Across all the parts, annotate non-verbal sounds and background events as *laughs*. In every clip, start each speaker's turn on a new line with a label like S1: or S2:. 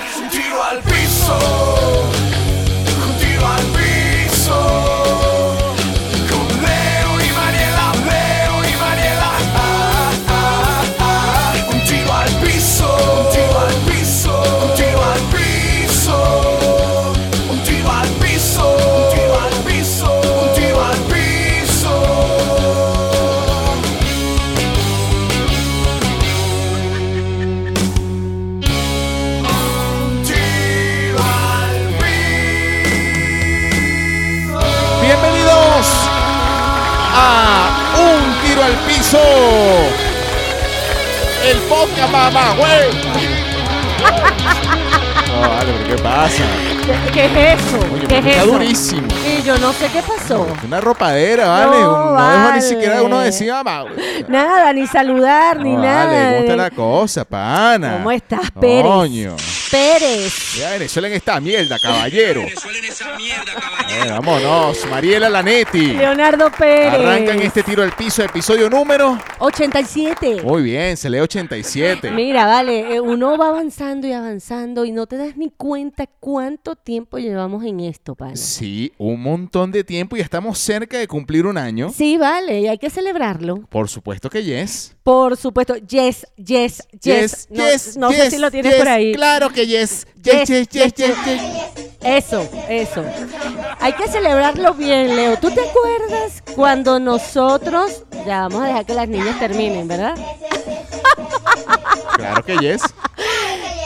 S1: Pues
S2: tiro al piso. El podcast eh. mamá, güey. No, vale, pero ¿qué pasa?
S3: ¿Qué, qué es eso?
S2: Oye,
S3: ¿Qué
S2: pero
S3: es
S2: está
S3: eso?
S2: durísimo.
S3: Y yo no sé qué pasó.
S2: Una ropadera, ¿vale?
S3: No,
S2: No, dejo ni
S3: vale.
S2: siquiera uno decir mamá. güey.
S3: Nada, ni saludar, ni
S2: No,
S3: nada.
S2: Ah, Vale, ¿cómo está la cosa, pana?
S3: ¿Cómo estás, Pérez?
S2: Coño.
S3: Pérez.
S2: Ya Venezuela en esta mierda, caballero.
S4: Venezuela en esa mierda, caballero.
S2: Eh, vámonos, Mariela Lanetti.
S3: Leonardo Pérez.
S2: Arrancan este tiro al piso, episodio número.
S3: 87.
S2: Muy bien, se lee 87.
S3: Mira, vale, eh, uno va avanzando y avanzando y no te das ni cuenta cuánto tiempo llevamos en esto, pana.
S2: Sí, un montón de tiempo y estamos cerca de cumplir un año.
S3: Sí, vale, y hay que celebrarlo.
S2: Por supuesto que yes.
S3: Por supuesto, yes, yes, yes. no no sé
S2: yes,
S3: si lo tienes
S2: yes,
S3: por ahí.
S2: Claro que yes.
S3: Yes,
S2: Yes, yes, yes,
S3: yes,
S2: yes, yes.
S3: Eso, eso. Hay que celebrarlo bien, Leo. ¿Tú te acuerdas cuando nosotros... Ya vamos a dejar que las niñas terminen, ¿verdad?
S2: Claro que yes.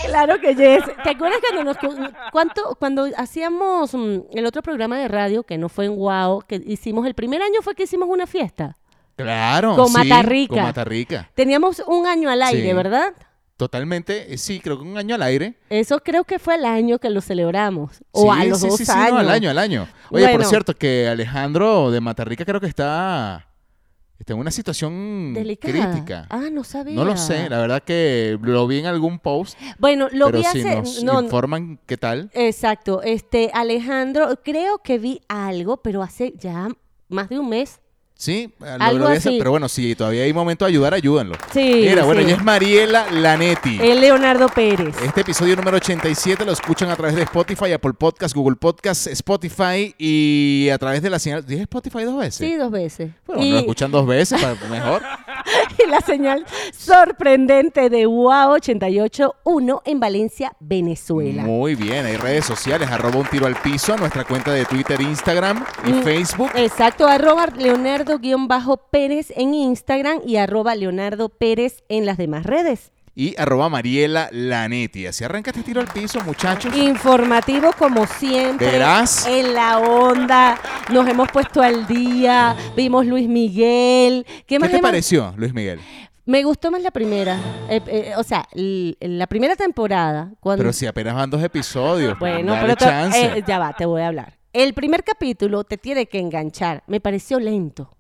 S3: Claro que yes. ¿Te acuerdas cuando nos cu- cuánto cuando hacíamos mm, el otro programa de radio que no fue en Wow, que hicimos el primer año fue que hicimos una fiesta?
S2: Claro.
S3: Con
S2: sí,
S3: Matarrica.
S2: Con Matarrica.
S3: Teníamos un año al aire,
S2: Sí.
S3: ¿verdad?
S2: Totalmente, eh, sí, creo que un año al aire.
S3: Eso creo que fue al año que lo celebramos. O
S2: Sí,
S3: a los
S2: sí,
S3: dos
S2: sí, sí, no,
S3: años.
S2: al año, al año. Oye, por
S3: Bueno.
S2: cierto, que Alejandro de Matarrica creo que está, está en una situación
S3: Delicada.
S2: crítica.
S3: Ah, no sabía.
S2: no lo sé, la verdad que lo vi en algún post,
S3: Bueno, lo
S2: pero
S3: vi
S2: si
S3: hace.
S2: nos
S3: no,
S2: informan qué tal.
S3: exacto. Este, Alejandro, creo que vi algo, pero hace ya más de un mes.
S2: Sí, lo- lo,
S3: Algo
S2: vi hace-
S3: así.
S2: pero bueno, si todavía hay momento de ayudar, ayúdenlo.
S3: Sí.
S2: Mira, bueno,
S3: sí.
S2: ella es Mariela Lanetti.
S3: El Leonardo Pérez.
S2: Este episodio número 87 lo escuchan a través de Spotify, Apple Podcast, Google Podcast, Spotify y a través de la señal. ¿Dije Spotify dos veces?
S3: Sí, dos veces.
S2: Bueno,
S3: Y-
S2: lo escuchan dos veces, para-
S3: *laughs*
S2: mejor.
S3: y la señal sorprendente de Wow 881 en Valencia, Venezuela.
S2: Muy bien, hay redes sociales, arroba un tiro al piso, nuestra cuenta de Twitter, Instagram y
S3: Mm.
S2: Facebook.
S3: Exacto, arroba Leonardo-Pérez en Instagram y arroba Leonardo Pérez en las demás redes.
S2: Y arroba Mariela Lanetti. Así arranca este tiro al piso, muchachos.
S3: Informativo como siempre.
S2: Verás.
S3: En la onda, nos hemos puesto al día, vimos Luis Miguel. ¿Qué
S2: ¿Qué
S3: más
S2: te
S3: hemos-
S2: pareció, Luis Miguel?
S3: Me gustó más la primera, eh, eh, o sea, l- la primera temporada. Cuando...
S2: Pero si apenas van dos episodios.
S3: Bueno,
S2: dale
S3: pero te-
S2: chance.
S3: eh, ya va, te voy a hablar. El primer capítulo te tiene que enganchar. Me pareció lento.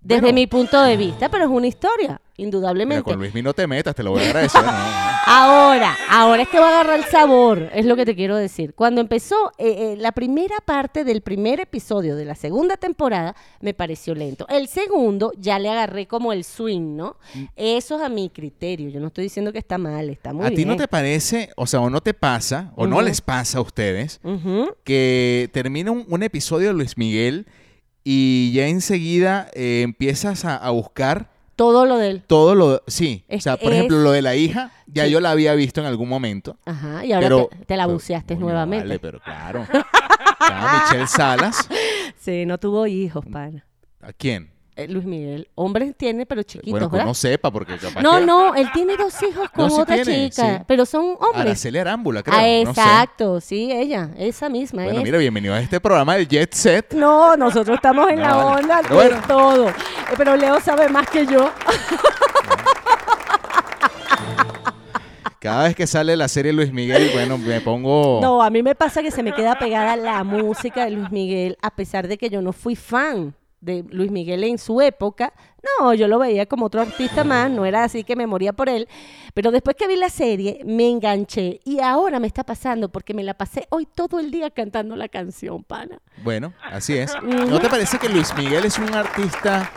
S3: Desde
S2: Bueno.
S3: mi punto de vista, pero es una historia,
S2: Mira,
S3: indudablemente.
S2: con Luis no te metas, te lo voy a agradecer. No, no, no.
S3: Ahora, ahora es que va a agarrar sabor, es lo que te quiero decir. Cuando empezó eh, eh, la primera parte del primer episodio de la segunda temporada, me pareció lento. El segundo ya le agarré como el swing, ¿no?
S2: Mm.
S3: Eso es a mi criterio. Yo no estoy diciendo que está mal, está muy
S2: ¿A
S3: bien.
S2: ti no te parece, o sea, o no te pasa, o no
S3: Ujú.
S2: les pasa a ustedes,
S3: Ujú.
S2: que termina un, un episodio de Luis Miguel y ya enseguida eh, empiezas a- a buscar
S3: Todo lo del.
S2: todo lo sí
S3: Es
S2: o sea
S3: que
S2: por
S3: es-
S2: ejemplo lo de la hija ya
S3: Sí.
S2: yo la había visto en algún momento
S3: Ajá, y ahora
S2: pero
S3: te, te la
S2: pero,
S3: buceaste
S2: coño,
S3: nuevamente.
S2: vale, pero
S3: *laughs*
S2: claro Ah, Michelle Salas
S3: Sí, no tuvo
S2: Mm.
S3: hijos, pana.
S2: a quién
S3: Eh, Luis Miguel, hombres tiene, pero chiquitos,
S2: bueno que
S3: ¿verdad?
S2: no sepa porque capaz
S3: No,
S2: que
S3: no, él tiene dos hijos con
S2: No, sí
S3: otra
S2: tiene,
S3: chica,
S2: sí.
S3: pero son hombres.
S2: Araceli Arámbula creo
S3: Ah,
S2: no sé.
S3: exacto, sí, ella, esa misma.
S2: bueno
S3: es.
S2: mira bienvenido a este programa del Jet Set
S3: No, nosotros estamos en
S2: No,
S3: la
S2: Ah, vale.
S3: onda
S2: Pero
S3: de
S2: bueno.
S3: todo. Eh, Pero Leo sabe más que yo.
S2: cada vez que sale la serie Luis Miguel bueno me pongo
S3: No, a mí me pasa que se me queda pegada la música de Luis Miguel, a pesar de que yo no fui fan de Luis Miguel en su época. No, yo lo veía como otro artista más, no era así que me moría por él. Pero después que vi la serie, me enganché. Y ahora me está pasando, porque me la pasé hoy todo el día cantando la canción, pana.
S2: bueno así es no te parece que Luis Miguel es un artista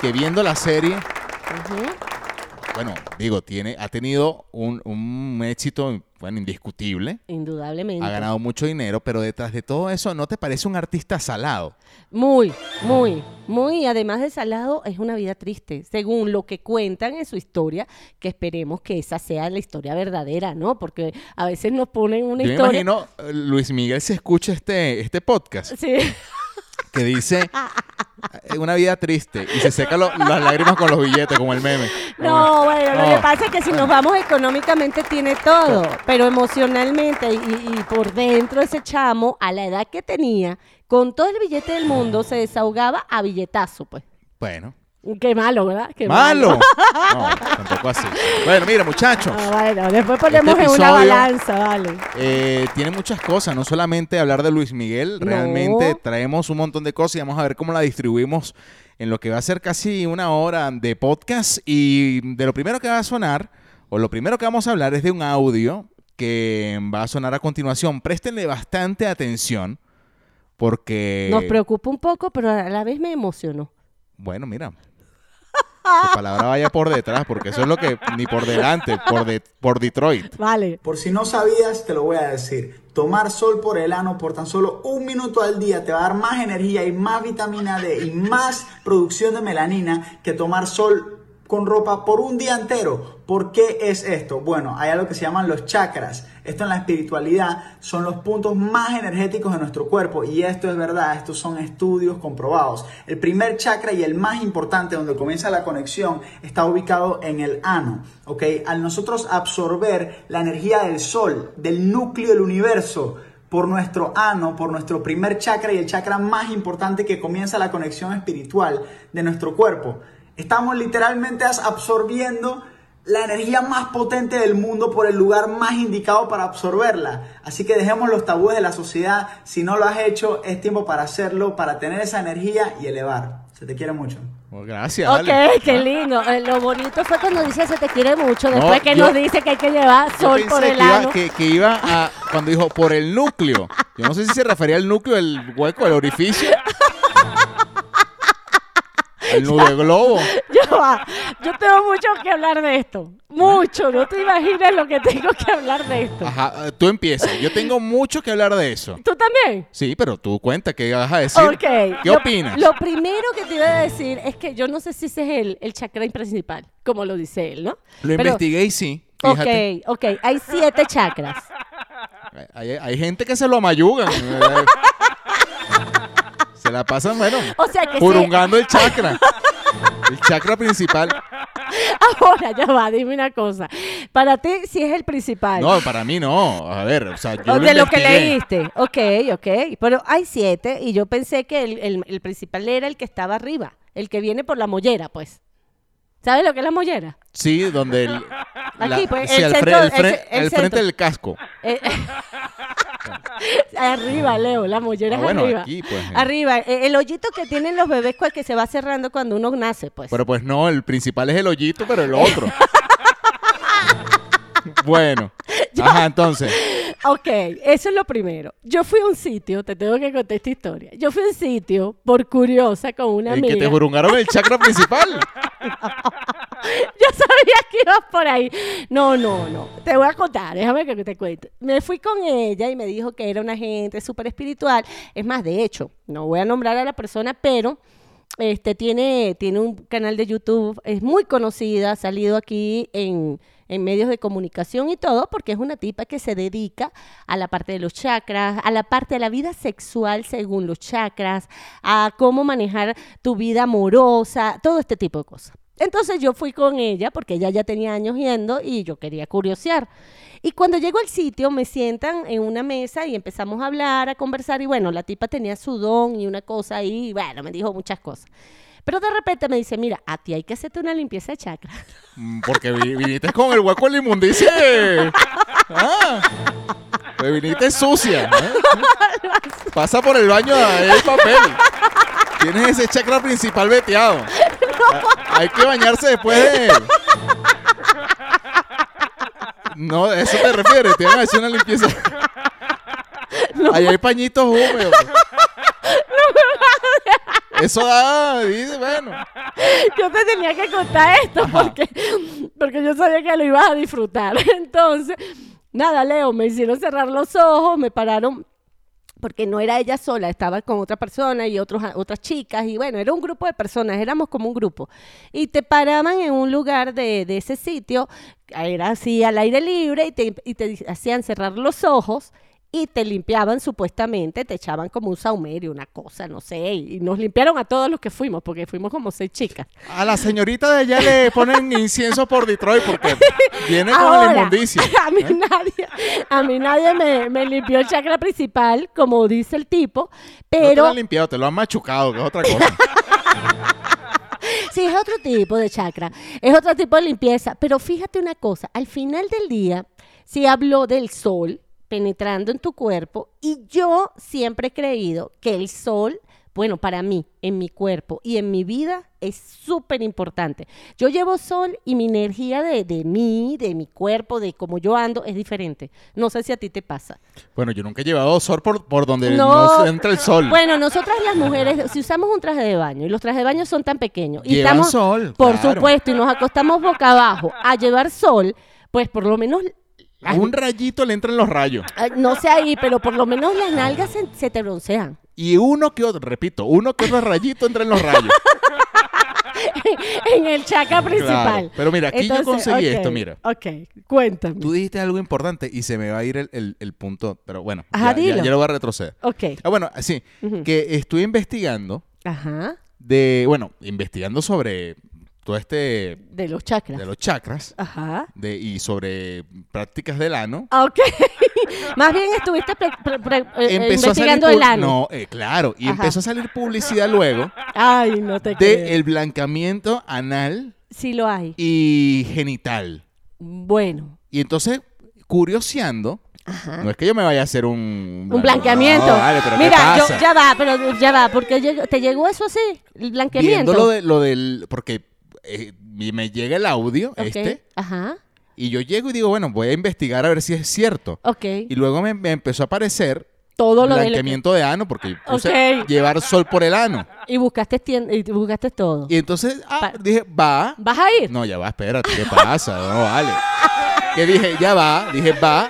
S2: que viendo la serie
S3: Ujú.
S2: bueno digo tiene ha tenido un, un éxito bueno indiscutible
S3: Indudablemente.
S2: ha ganado mucho dinero, pero detrás de todo eso, ¿no te parece un artista salado?
S3: Muy, muy, muy. y Además de salado, es una vida triste, según lo que cuentan en su historia, que esperemos que esa sea la historia verdadera, ¿no? Porque a veces nos ponen una
S2: Yo me
S3: historia.
S2: imagino eh, Luis Miguel se escucha este, este podcast
S3: Sí.
S2: que dice eh, una vida triste y se seca lo- las lágrimas con los billetes, como el meme.
S3: *laughs* No,
S2: Como el-
S3: bueno, lo
S2: Ah, No.
S3: que pasa es que si nos vamos económicamente tiene todo, pero emocionalmente y, y por dentro ese chamo, a la edad que tenía, con todo el billete del mundo, se desahogaba a billetazo, pues.
S2: Bueno,
S3: Qué malo, ¿verdad? Qué
S2: ¡Malo! No, tampoco así. Bueno, mira, muchachos.
S3: Ah, bueno, después ponemos
S2: Este
S3: en una
S2: episodio-
S3: balanza, vale.
S2: eh, tiene muchas cosas, no solamente hablar de Luis Miguel,
S3: No.
S2: realmente traemos un montón de cosas y vamos a ver cómo la distribuimos en lo que va a ser casi una hora de podcast y de lo primero que va a sonar, o lo primero que vamos a hablar es de un audio que va a sonar a continuación. Préstenle bastante atención porque...
S3: Nos preocupa un poco, pero a la vez me emocionó.
S2: Bueno, mira. La palabra vaya por detrás, porque eso es lo que ni por delante, por, de- por Detroit.
S3: Vale.
S5: Por si no sabías, te lo voy a decir. Tomar sol por el ano por tan solo un minuto al día te va a dar más energía y más vitamina D y más producción de melanina que tomar sol con ropa por un día entero. ¿Por qué es esto? Bueno, hay algo que se llaman los chakras. Esto en la espiritualidad son los puntos más energéticos de nuestro cuerpo y esto es verdad, estos son estudios comprobados. El primer chakra y el más importante donde comienza la conexión está ubicado en el ano, ¿ok? Al nosotros absorber la energía del sol, del núcleo del universo, por nuestro ano, por nuestro primer chakra y el chakra más importante que comienza la conexión espiritual de nuestro cuerpo. Estamos literalmente as- absorbiendo la energía más potente del mundo por el lugar más indicado para absorberla. Así que dejemos los tabúes de la sociedad. Si no lo has hecho, es tiempo para hacerlo, para tener esa energía y elevar. Se te quiere mucho.
S2: Bueno, Pues gracias.
S3: Ok,
S2: vale.
S3: qué lindo. Eh, lo bonito fue cuando dice se te quiere mucho,
S2: No,
S3: después que
S2: yo-
S3: nos dice que hay que llevar
S2: Yo
S3: sol por
S2: pensé
S3: el
S2: que iba-
S3: ano.
S2: Que, que iba a. Cuando dijo por el núcleo. Yo no sé si se refería al núcleo, el hueco, el orificio. El nudo globo.
S3: *laughs* Yo, va, yo tengo mucho que hablar de esto. Mucho. No te imaginas lo que tengo que hablar de esto.
S2: Ajá, tú empiezas. Yo tengo mucho que hablar de eso.
S3: ¿Tú también?
S2: Sí, pero tú cuenta qué vas a decir.
S3: ok.
S2: ¿Qué
S3: Lo-
S2: opinas?
S3: Lo primero que te iba a decir es que yo no sé si ese es el, el chakra principal, como lo dice él, ¿no?
S2: Lo
S3: Pero-
S2: investigué y sí. Fíjate.
S3: Ok, ok. Hay siete chakras.
S2: Hay, hay gente que se lo amayugan. *laughs* se la pasan, bueno,
S3: O sea que sí.
S2: purungando el chakra. El chakra principal.
S3: *laughs* Ahora ya va, dime una cosa. Para ti sí es el principal.
S2: No, para mí no. A ver, o sea, yo
S3: O
S2: lo
S3: de lo que
S2: investigué.
S3: leíste. Ok, ok. Pero hay siete y yo pensé que el, el- el principal era el que estaba arriba, el que viene por la mollera, pues. ¿Sabes lo que es la mollera?
S2: Sí, donde el,
S3: Aquí, pues,
S2: sí,
S3: el
S2: al, fre-
S3: centro,
S2: al fre-
S3: el ce- el
S2: al frente
S3: centro.
S2: del casco.
S3: Eh, *laughs* arriba, Leo, la mollera
S2: Ah,
S3: es
S2: bueno,
S3: arriba.
S2: aquí, pues, eh.
S3: Arriba, eh, el hoyito que tienen los bebés cual que se va cerrando cuando uno nace, pues.
S2: Pero pues no, el principal es el hoyito, pero el
S3: *laughs*
S2: otro. bueno. Ajá, entonces.
S3: Ok, eso es lo primero. Yo fui a un sitio, te tengo que contar esta historia. Yo fui a un sitio por curiosa con una
S2: El
S3: amiga.
S2: que te jurungaron el chakra principal.
S3: *laughs* Yo sabía que ibas por ahí. No, no, no. Te voy a contar, déjame que te cuente. Me fui con ella y me dijo que era una gente súper espiritual. Es más, de hecho, no voy a nombrar a la persona, pero este tiene, tiene un canal de YouTube, es muy conocida, ha salido aquí en, en medios de comunicación y todo, porque es una tipa que se dedica a la parte de los chakras, a la parte de la vida sexual según los chakras, a cómo manejar tu vida amorosa, todo este tipo de cosas. Entonces yo fui con ella porque ella ya tenía años yendo y yo quería curiosear. Y cuando llego al sitio me sientan en una mesa y empezamos a hablar, a conversar y bueno, la tipa tenía su don y una cosa ahí, y bueno, me dijo muchas cosas. Pero de repente me dice, mira, a ti hay que hacerte una limpieza de chakra.
S2: Mm, Porque vi- viniste con el hueco en la inmundicia. Ah, pues viniste sucia. ¿eh? Pasa por el baño a ver el papel. Tienes ese chakra principal veteado. A- Hay que bañarse después de él. No, a eso te refieres. Te van a hacer una limpieza. Ahí hay pañitos húmedos. Eso da, dice, bueno.
S3: yo te tenía que contar esto porque, porque yo sabía que lo ibas a disfrutar. *laughs* Entonces, nada, Leo, me hicieron cerrar los ojos, me pararon porque no era ella sola, estaba con otra persona y otros, otras chicas, y bueno, era un grupo de personas, éramos como un grupo. Y te paraban en un lugar de, de ese sitio, era así al aire libre, y te, y te hacían cerrar los ojos y te limpiaban supuestamente, te echaban como un saumerio, una cosa, no sé, y y nos limpiaron a todos los que fuimos, porque fuimos como seis chicas.
S2: A la señorita de allá le ponen incienso por Detroit porque viene con la
S3: Ahora,
S2: inmundicia.
S3: *laughs*
S2: ¿eh?
S3: A mí nadie, a mí nadie me, me limpió el chakra principal, como dice el tipo,
S2: No te lo
S3: pero
S2: han limpiado, te lo han machucado, que es otra cosa.
S3: Sí, es otro tipo de chakra, es otro tipo de limpieza. Pero fíjate una cosa, al final del día se habló del sol penetrando en tu cuerpo y yo siempre he creído que el sol, bueno, para mí, en mi cuerpo y en mi vida es súper importante. Yo llevo sol y mi energía de, de mí, de mi cuerpo, de cómo yo ando, es diferente. No sé si a ti te pasa.
S2: Bueno, yo nunca he llevado sol por, por donde no. se entra el sol.
S3: Bueno, nosotras las mujeres, si usamos un traje de baño y los trajes de baño son tan pequeños y
S2: Llevan
S3: estamos,
S2: sol,
S3: por
S2: claro.
S3: supuesto, y nos acostamos boca abajo a llevar sol, pues por lo menos
S2: A un rayito le entran los rayos.
S3: Ay, No sé ahí, pero por lo menos las nalgas se, se te broncean. *laughs*
S2: Y uno que otro, repito, uno que otro rayito entra en los rayos.
S3: en el chaca principal.
S2: Pero mira, aquí yo conseguí
S3: ok,
S2: esto, mira.
S3: Ok, cuéntame.
S2: Tú dijiste algo importante y se me va a ir el, el- el punto, pero bueno,
S3: Ajá,
S2: ya, ya-
S3: dilo.
S2: ya lo voy a retroceder.
S3: Ok.
S2: Ah, bueno, sí, que estuve investigando
S3: Ajá.
S2: de, bueno, investigando sobre todo este,
S3: De los chakras.
S2: de los chakras
S3: Ajá.
S2: de, y sobre prácticas del ano.
S3: Ah, Ok. *laughs* Más bien estuviste pre- pre- pre- eh, eh,
S2: Empezó a salir
S3: investigando el
S2: pub-
S3: ano.
S2: No, eh, claro, y
S3: Ajá.
S2: empezó a salir publicidad luego
S3: Ay, no te *laughs* creo.
S2: de el blancamiento anal
S3: Sí lo hay.
S2: y genital.
S3: Bueno.
S2: Y entonces, curioseando, no es que yo me vaya a hacer un...
S3: Un blanqueamiento.
S2: No, vale, pero ¿qué
S3: Mira, yo-
S2: pasa?
S3: ya va, pero ya va, porque llegó- te llegó eso así, el blanqueamiento.
S2: Viendo lo, de, lo del... Porque eh, me me llega el audio,
S3: Ok,
S2: este,
S3: Ajá.
S2: y yo llego y digo, bueno, voy a investigar a ver si es cierto.
S3: Ok.
S2: Y luego me, me empezó a aparecer
S3: Todo lo del-
S2: blanqueamiento de ano, porque puse
S3: Ok.
S2: llevar sol por el ano.
S3: Y buscaste, tien- y buscaste todo.
S2: Y entonces ah,
S3: Pa-
S2: dije, va.
S3: ¿Vas a ir?
S2: No, ya va, espérate, ¿qué pasa? No, vale. Que dije, ya va, dije, va.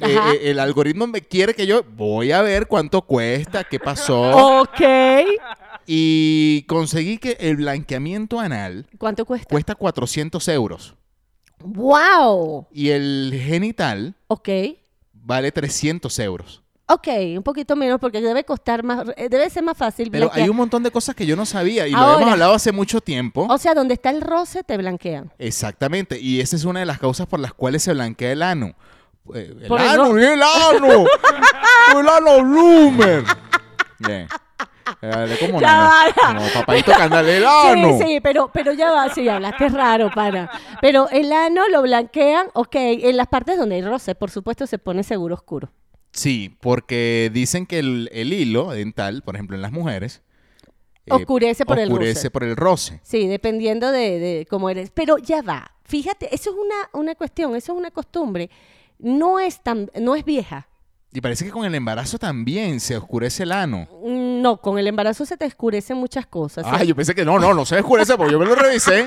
S2: Eh,
S3: Ajá.
S2: eh, el algoritmo me quiere que yo voy a ver cuánto cuesta, qué pasó.
S3: Ok.
S2: Y conseguí que el blanqueamiento anal
S3: ¿Cuánto cuesta?
S2: cuesta 400 euros
S3: ¡Wow!
S2: y el genital
S3: Ok.
S2: vale 300 euros.
S3: Ok, un poquito menos porque debe costar más, eh, debe ser más fácil.
S2: Pero hay
S3: blanquear.
S2: un montón de cosas que yo no sabía y lo
S3: Ahora.
S2: hemos hablado hace mucho tiempo.
S3: O sea, donde está el roce te blanquean.
S2: Exactamente, y esa es una de las causas por las cuales se blanquea el ano. Eh, El
S3: Por el
S2: ano,
S3: ro-
S2: el
S3: *laughs*
S2: ano, el ano bloomer. Bien. Eh, Dale, como
S3: Ya
S2: nano,
S3: va, ya.
S2: como papadito canal, el ano.
S3: *laughs* Sí, sí, pero, pero ya va, sí, hablaste raro, para. Pero el ano lo blanquean, ok, en las partes donde hay roce, por supuesto, se pone seguro oscuro.
S2: Sí, porque dicen que el, el hilo dental, por ejemplo, en las mujeres, eh,
S3: Oscurece por el
S2: oscurece
S3: roce.
S2: por el roce.
S3: Sí, dependiendo de, de cómo eres. Pero ya va, fíjate, eso es una, una cuestión, eso es una costumbre. No es tan, no es vieja.
S2: Y parece que con el embarazo también se oscurece el ano.
S3: No, con el embarazo se te oscurecen muchas cosas.
S2: Ah, yo pensé que no, no, no se oscurece porque yo me lo revisé.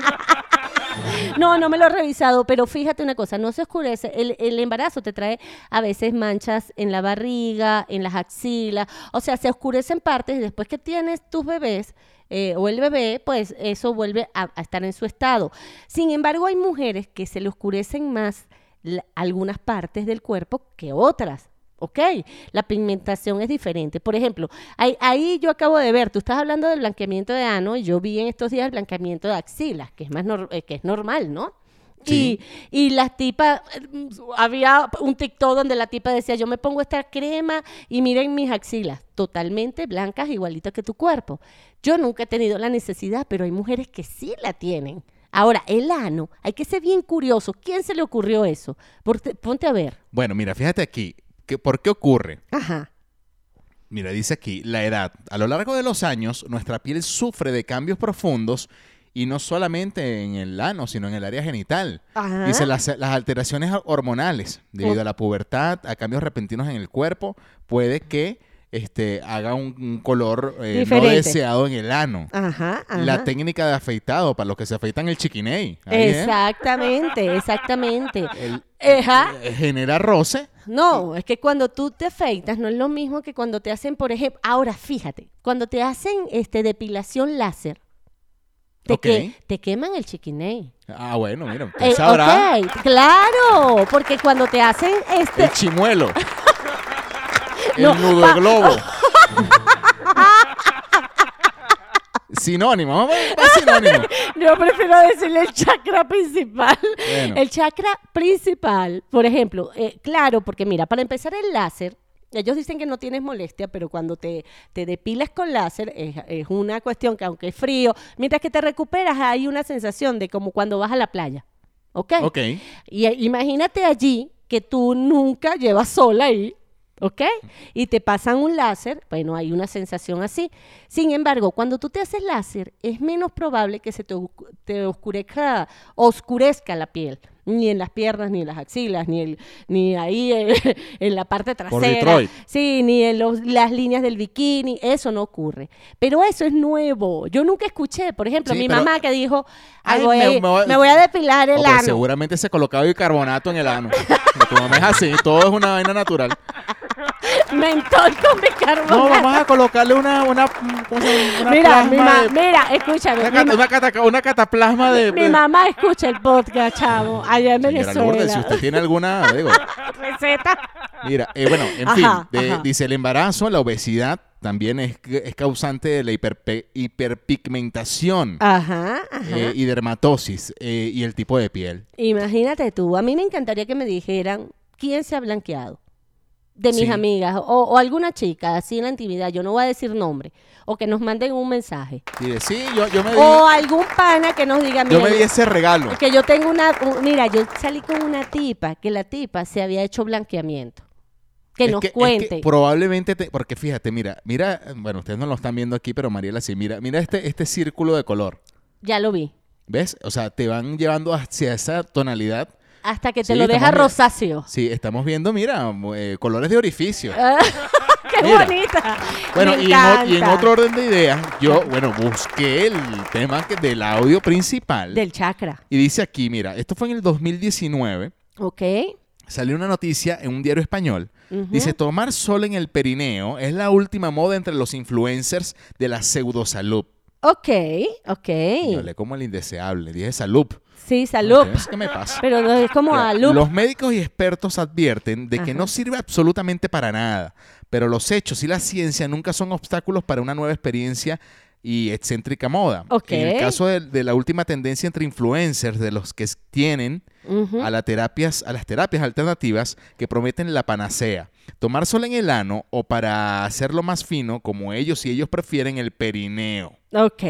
S3: No, no me lo he revisado, pero fíjate una cosa, no se oscurece. El, el embarazo te trae a veces manchas en la barriga, en las axilas, o sea, se oscurecen partes y después que tienes tus bebés eh, o el bebé, pues eso vuelve a, a estar en su estado. Sin embargo, hay mujeres que se le oscurecen más la- algunas partes del cuerpo que otras. ¿Ok? La pigmentación es diferente. Por ejemplo, ahí, ahí yo acabo de ver, tú estás hablando del blanqueamiento de ano y yo vi en estos días el blanqueamiento de axilas, que es, más nor- eh, que es normal, ¿no?
S2: Sí.
S3: Y, y las tipas, eh, había un TikTok donde la tipa decía, yo me pongo esta crema y miren mis axilas, totalmente blancas, igualitas que tu cuerpo. Yo nunca he tenido la necesidad, pero hay mujeres que sí la tienen. Ahora, el ano, hay que ser bien curioso. ¿Quién se le ocurrió eso? Porque- ponte a ver.
S2: Bueno, mira, fíjate aquí. que- ¿Por qué ocurre?
S3: Ajá.
S2: Mira, dice aquí, la edad. A lo largo de los años, nuestra piel sufre de cambios profundos y no solamente en el ano, sino en el área genital.
S3: Ajá.
S2: Dice las, las alteraciones hormonales debido a la pubertad, a cambios repentinos en el cuerpo, puede que este, haga un, un color eh, no
S3: Diferente.
S2: deseado en el ano.
S3: Ajá, ajá.
S2: La técnica de afeitado, para los que se afeitan el chiquiney. Ahí, ¿eh?
S3: Exactamente, exactamente.
S2: El-
S3: Ajá.
S2: eh, genera roce.
S3: No, es que cuando tú te afeitas no es lo mismo que cuando te hacen, por ejemplo, ahora fíjate, cuando te hacen este depilación láser, te,
S2: Ok.
S3: que- te queman el chiquiney.
S2: Ah, bueno, mira, usted
S3: Eh,
S2: sabrá.
S3: ok, claro, porque cuando te hacen este
S2: El
S3: *laughs*
S2: chimuelo. El
S3: No,
S2: nudo de
S3: *laughs*
S2: globo. sinónimo, vamos a ver, sinónimo.
S3: Yo prefiero decirle el chakra principal.
S2: Bueno.
S3: El chakra principal, por ejemplo, eh, claro, porque mira, para empezar el láser, Ellos dicen que no tienes molestia, pero cuando te, te depilas con láser es, es una cuestión que aunque es frío, mientras que te recuperas hay una sensación de como cuando vas a la playa. ¿Ok?
S2: Ok.
S3: Y eh, imagínate allí que tú nunca llevas sola ahí, ¿ok? Y te pasan un láser, bueno, hay una sensación así. Sin embargo, cuando tú te haces láser, es menos probable que se te, oscu- te oscurezca, oscurezca la piel. Ni en las piernas, ni en las axilas, ni, el- ni ahí eh, *laughs* en la parte
S2: Por
S3: trasera.
S2: Detroit.
S3: Sí, ni en los- las líneas del bikini, eso no ocurre. Pero eso es nuevo. Yo nunca escuché, por ejemplo,
S2: Sí,
S3: mi
S2: pero-
S3: mamá que dijo,
S2: Ay,
S3: "Ay, voy-
S2: me- me
S3: me,
S2: voy-
S3: voy a depilar el
S2: No, pero
S3: ano.
S2: seguramente se colocaba bicarbonato en el ano. No, tu mamá es así, todo es una vaina natural.
S3: Mentol con bicarbonato.
S2: No, vamos a colocarle una, una, ¿cómo se llama? una
S3: mira, mi
S2: plasma
S3: ma-
S2: de-
S3: mira, escúchame.
S2: una, cata-
S3: mi, ma-
S2: una cata- una cataplasma de...
S3: mi mamá escucha el podcast, chavo, allá en
S2: pues. Señora Lourdes, si
S3: Venezuela.
S2: usted tiene alguna, digo,
S3: Receta.
S2: mira, eh, bueno, en
S3: Ajá,
S2: fin, de-
S3: ajá.
S2: dice el embarazo, la obesidad también es, es causante de la hiperpe- hiperpigmentación
S3: Ajá, ajá.
S2: eh, y dermatosis eh, y el tipo de piel.
S3: Imagínate tú, a mí me encantaría que me dijeran quién se ha blanqueado de mis
S2: Sí.
S3: amigas o, o alguna chica así en la intimidad, yo no voy a decir nombre, o que nos manden un mensaje.
S2: Mire, sí, yo, yo me di,
S3: O algún pana que nos diga,
S2: yo
S3: "Mira,
S2: me di ese regalo.
S3: Oh, Que yo tengo una. u- mira, yo salí con una tipa que la tipa se había hecho blanqueamiento. Que
S2: Es
S3: nos
S2: es
S3: cuente.
S2: probablemente, te- porque fíjate, mira, mira, bueno, ustedes no lo están viendo aquí, pero Mariela sí, mira, mira este, este círculo de color,
S3: Ya lo vi.
S2: ¿ves? O sea, te van llevando hacia esa tonalidad.
S3: Hasta que te
S2: Sí,
S3: lo
S2: estamos
S3: deja
S2: bien.
S3: rosáceo.
S2: Sí, estamos viendo, mira, eh, colores de orificio.
S3: *laughs* ¡Qué
S2: Mira.
S3: bonita!
S2: Bueno,
S3: Me
S2: y en, o- y en
S3: encanta.
S2: otro orden de ideas, yo, bueno, busqué el tema que- del audio principal.
S3: Del chakra.
S2: Y dice aquí, mira, esto fue en el 2019,
S3: ¿Ok?
S2: salió una noticia en un diario español.
S3: Ujú.
S2: Dice, tomar sol en el perineo es la última moda entre los influencers de la pseudosalud.
S3: Ok, ok.
S2: Y Yo hablé como el indeseable, dije salud.
S3: Sí, salud.
S2: No sé ¿Qué me pasa?
S3: Pero no es como
S2: Mira,
S3: a loop.
S2: Los médicos y expertos advierten de que
S3: Ajá.
S2: no sirve absolutamente para nada, pero los hechos y la ciencia nunca son obstáculos para una nueva experiencia y excéntrica moda.
S3: Ok.
S2: En el caso de, de la última tendencia entre influencers, de los que s- tienen
S3: Ujú.
S2: a, la terapias, a las terapias alternativas que prometen la panacea. Tomar sol en el ano o para hacerlo más fino, como ellos y ellos prefieren, el perineo.
S3: Ok,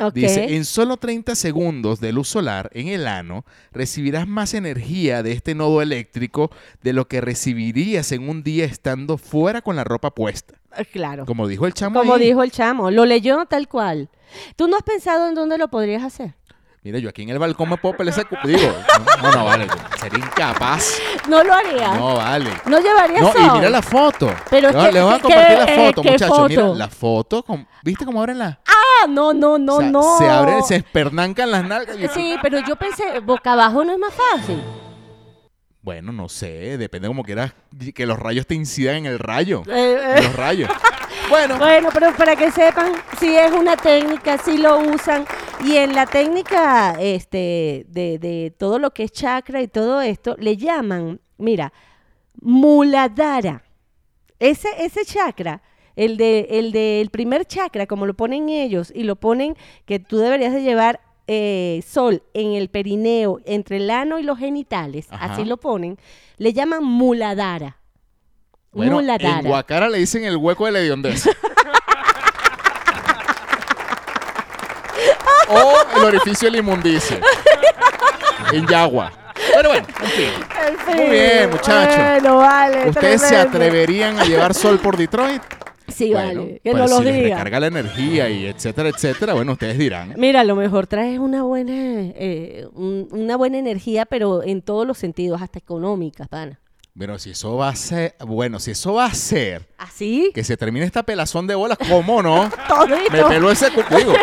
S3: ok.
S2: Dice, en solo 30 segundos de luz solar en el ano, recibirás más energía de este nodo eléctrico de lo que recibirías en un día estando fuera con la ropa puesta.
S3: Eh, Claro.
S2: Como dijo el chamo.
S3: Como
S2: ahí.
S3: dijo el chamo. Lo leyó tal cual. ¿Tú no has pensado en dónde lo podrías hacer?
S2: Mira, yo aquí en el balcón me puedo pelear ese cu- Digo, no, no, no, vale. yo Sería incapaz.
S3: No lo harías. No,
S2: No, vale.
S3: llevarías
S2: No, y
S3: sol.
S2: mira la foto.
S3: Pero
S2: Le voy
S3: es
S2: a-
S3: que-
S2: le voy a
S3: que-
S2: compartir la
S3: eh,
S2: foto,
S3: ¿qué
S2: muchachos. Mira,
S3: foto?
S2: la foto. con- ¿Viste cómo abren la.?
S3: Ah, no, no, no,
S2: o sea,
S3: no.
S2: Se abren, se espernancan las nalgas. Yo-
S3: Sí, pero yo pensé, boca abajo no es más fácil.
S2: Bueno, no sé, depende como quieras que los rayos te incidan en el rayo.
S3: Eh,
S2: en
S3: eh,
S2: los
S3: *laughs*
S2: rayos. Bueno,
S3: Bueno, pero para que sepan, si es una técnica, si lo usan. Y en la técnica este, de, de todo lo que es chakra y todo esto, le llaman, mira, muladara. Ese, ese chakra, el de, el del primer chakra, como lo ponen ellos, y lo ponen que tú deberías de llevar eh, sol en el perineo, entre el ano y los genitales,
S2: Ajá.
S3: así lo ponen, le llaman muladara.
S2: bueno
S3: muladara.
S2: en Guacara le dicen el hueco de la
S3: *laughs*
S2: hediondez. o el orificio del inmundice. en Yagua. Pero bueno, en fin.
S3: En fin,
S2: Muy bien, muchacho.
S3: Bueno, vale.
S2: ¿Ustedes se
S3: tremendo.
S2: atreverían a llevar sol por Detroit?
S3: Sí,
S2: Bueno,
S3: vale. Que
S2: pues
S3: no lo
S2: si les
S3: diga.
S2: recarga la energía y etcétera, etcétera, bueno, ustedes dirán. ¿eh?
S3: Mira, a lo mejor traes una buena, eh, un- una buena energía, pero en todos los sentidos, hasta económicas, pana.
S2: Bueno, si eso va a ser, bueno, si eso va a ser
S3: Así,
S2: que se termine esta pelazón de bolas, ¿cómo
S3: *laughs*
S2: no? Me
S3: todito,
S2: peló ese cu- digo,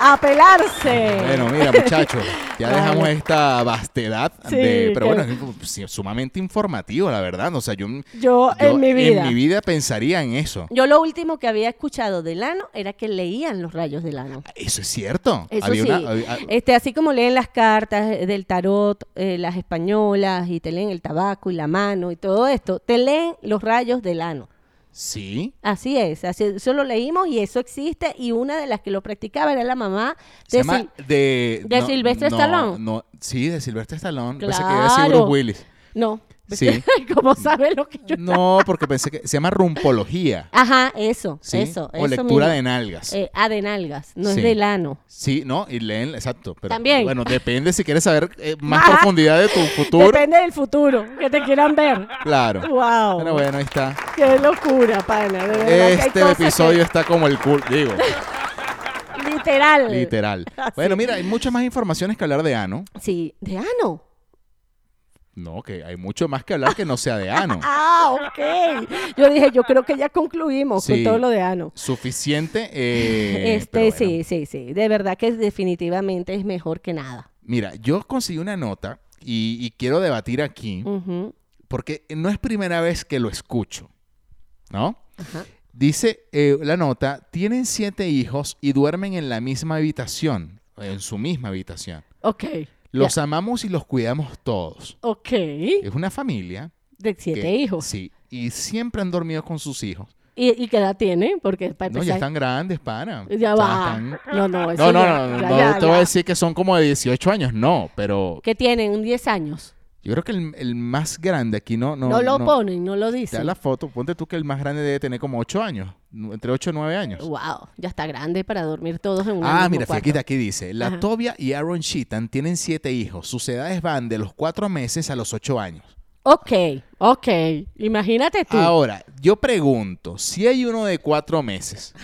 S3: a pelarse.
S2: Bueno, mira,
S3: *laughs*
S2: muchachos, ya
S3: Vale.
S2: dejamos esta vastedad
S3: Sí,
S2: de, pero
S3: claro.
S2: bueno, es sí, sumamente informativo, la verdad. O sea, yo,
S3: yo, en mi vida.
S2: pensaría en eso.
S3: Yo lo último que había escuchado del ano era que leían los rayos del ano.
S2: Eso es cierto.
S3: Eso
S2: Había
S3: sí.
S2: una- había- ah,
S3: este, así como leen las cartas eh, del tarot, eh, las españolas, y te leen el tabaco y la mano y todo esto, te leen los rayos del ano.
S2: sí.
S3: Así es, así, eso lo leímos y eso existe. Y una de las que lo practicaba era la mamá
S2: Se
S3: de
S2: llama
S3: Sil-
S2: de,
S3: de Sylvester Stallone.
S2: No, sí, de Silvestre Stallone. Pensé que iba a decir
S3: Claro.
S2: Bruce Willis.
S3: No,
S2: Sí.
S3: *laughs* ¿Cómo sabe lo que *laughs* yo
S2: No, porque pensé que se llama rumpología.
S3: Ajá, eso,
S2: ¿sí?
S3: eso.
S2: O lectura de nalgas.
S3: nalgas. Eh, ah, de nalgas, no
S2: Sí.
S3: es del ano.
S2: Sí, no, y leen, exacto. Pero,
S3: También.
S2: Bueno, depende si quieres saber eh,
S3: *laughs*
S2: más
S3: Ajá.
S2: profundidad de tu futuro.
S3: Depende del futuro, que te quieran
S2: *laughs*
S3: ver.
S2: Claro.
S3: Wow.
S2: Pero bueno, ahí está.
S3: Qué locura, pana. de verdad que hay
S2: Este
S3: cosas que-
S2: episodio está como el culo,
S3: *laughs*
S2: digo,
S3: Literal.
S2: literal.
S3: Ah,
S2: Bueno, mira, hay muchas más informaciones que hablar de ano.
S3: Sí, de ano.
S2: No, que hay mucho más que hablar que no sea de
S3: *laughs*
S2: ano.
S3: Ah, ok. Yo dije, yo creo que ya concluimos
S2: Sí.
S3: con todo lo de ano.
S2: Suficiente. eh,
S3: este,
S2: pero bueno.
S3: sí, sí, sí. De verdad que definitivamente es mejor que nada.
S2: Mira, yo conseguí una nota y, y quiero debatir aquí,
S3: Ujú.
S2: porque no es primera vez que lo escucho, ¿no?
S3: Ajá.
S2: Dice eh, la nota, tienen siete hijos y duermen en la misma habitación, en su misma habitación.
S3: Ok.
S2: Los amamos y los cuidamos todos.
S3: Ya. Ok. De
S2: Es una familia
S3: siete
S2: que-
S3: hijos.
S2: Sí, y siempre han dormido con sus hijos.
S3: ¿Y, y qué edad tiene? Porque para
S2: No, ya
S3: empezar-
S2: están grandes, pana.
S3: Ya
S2: O sea,
S3: va.
S2: están-
S3: No, no,
S2: No,
S3: eso
S2: no,
S3: ya-
S2: no, no,
S3: ya,
S2: no
S3: ya,
S2: te voy a
S3: ya.
S2: decir que son como de 18 años, no, pero
S3: Que tienen un 10 años.
S2: yo creo que el, el más grande aquí no... No,
S3: No, lo
S2: no-
S3: ponen, no lo
S2: Te
S3: dicen.
S2: da la foto, ponte tú que el más grande debe tener como 8 años, nu- entre 8 y 9 años.
S3: Wow, ya está grande para dormir todos en un
S2: Ah, mira,
S3: mismo
S2: fíjate,
S3: cuarto.
S2: aquí, aquí dice, la
S3: Ajá.
S2: Tobia y Aaron Sheetan tienen 7 hijos, sus edades van de los 4 meses a los 8 años.
S3: Ok, ok. Imagínate tú.
S2: Ahora, yo pregunto, si hay uno de 4 meses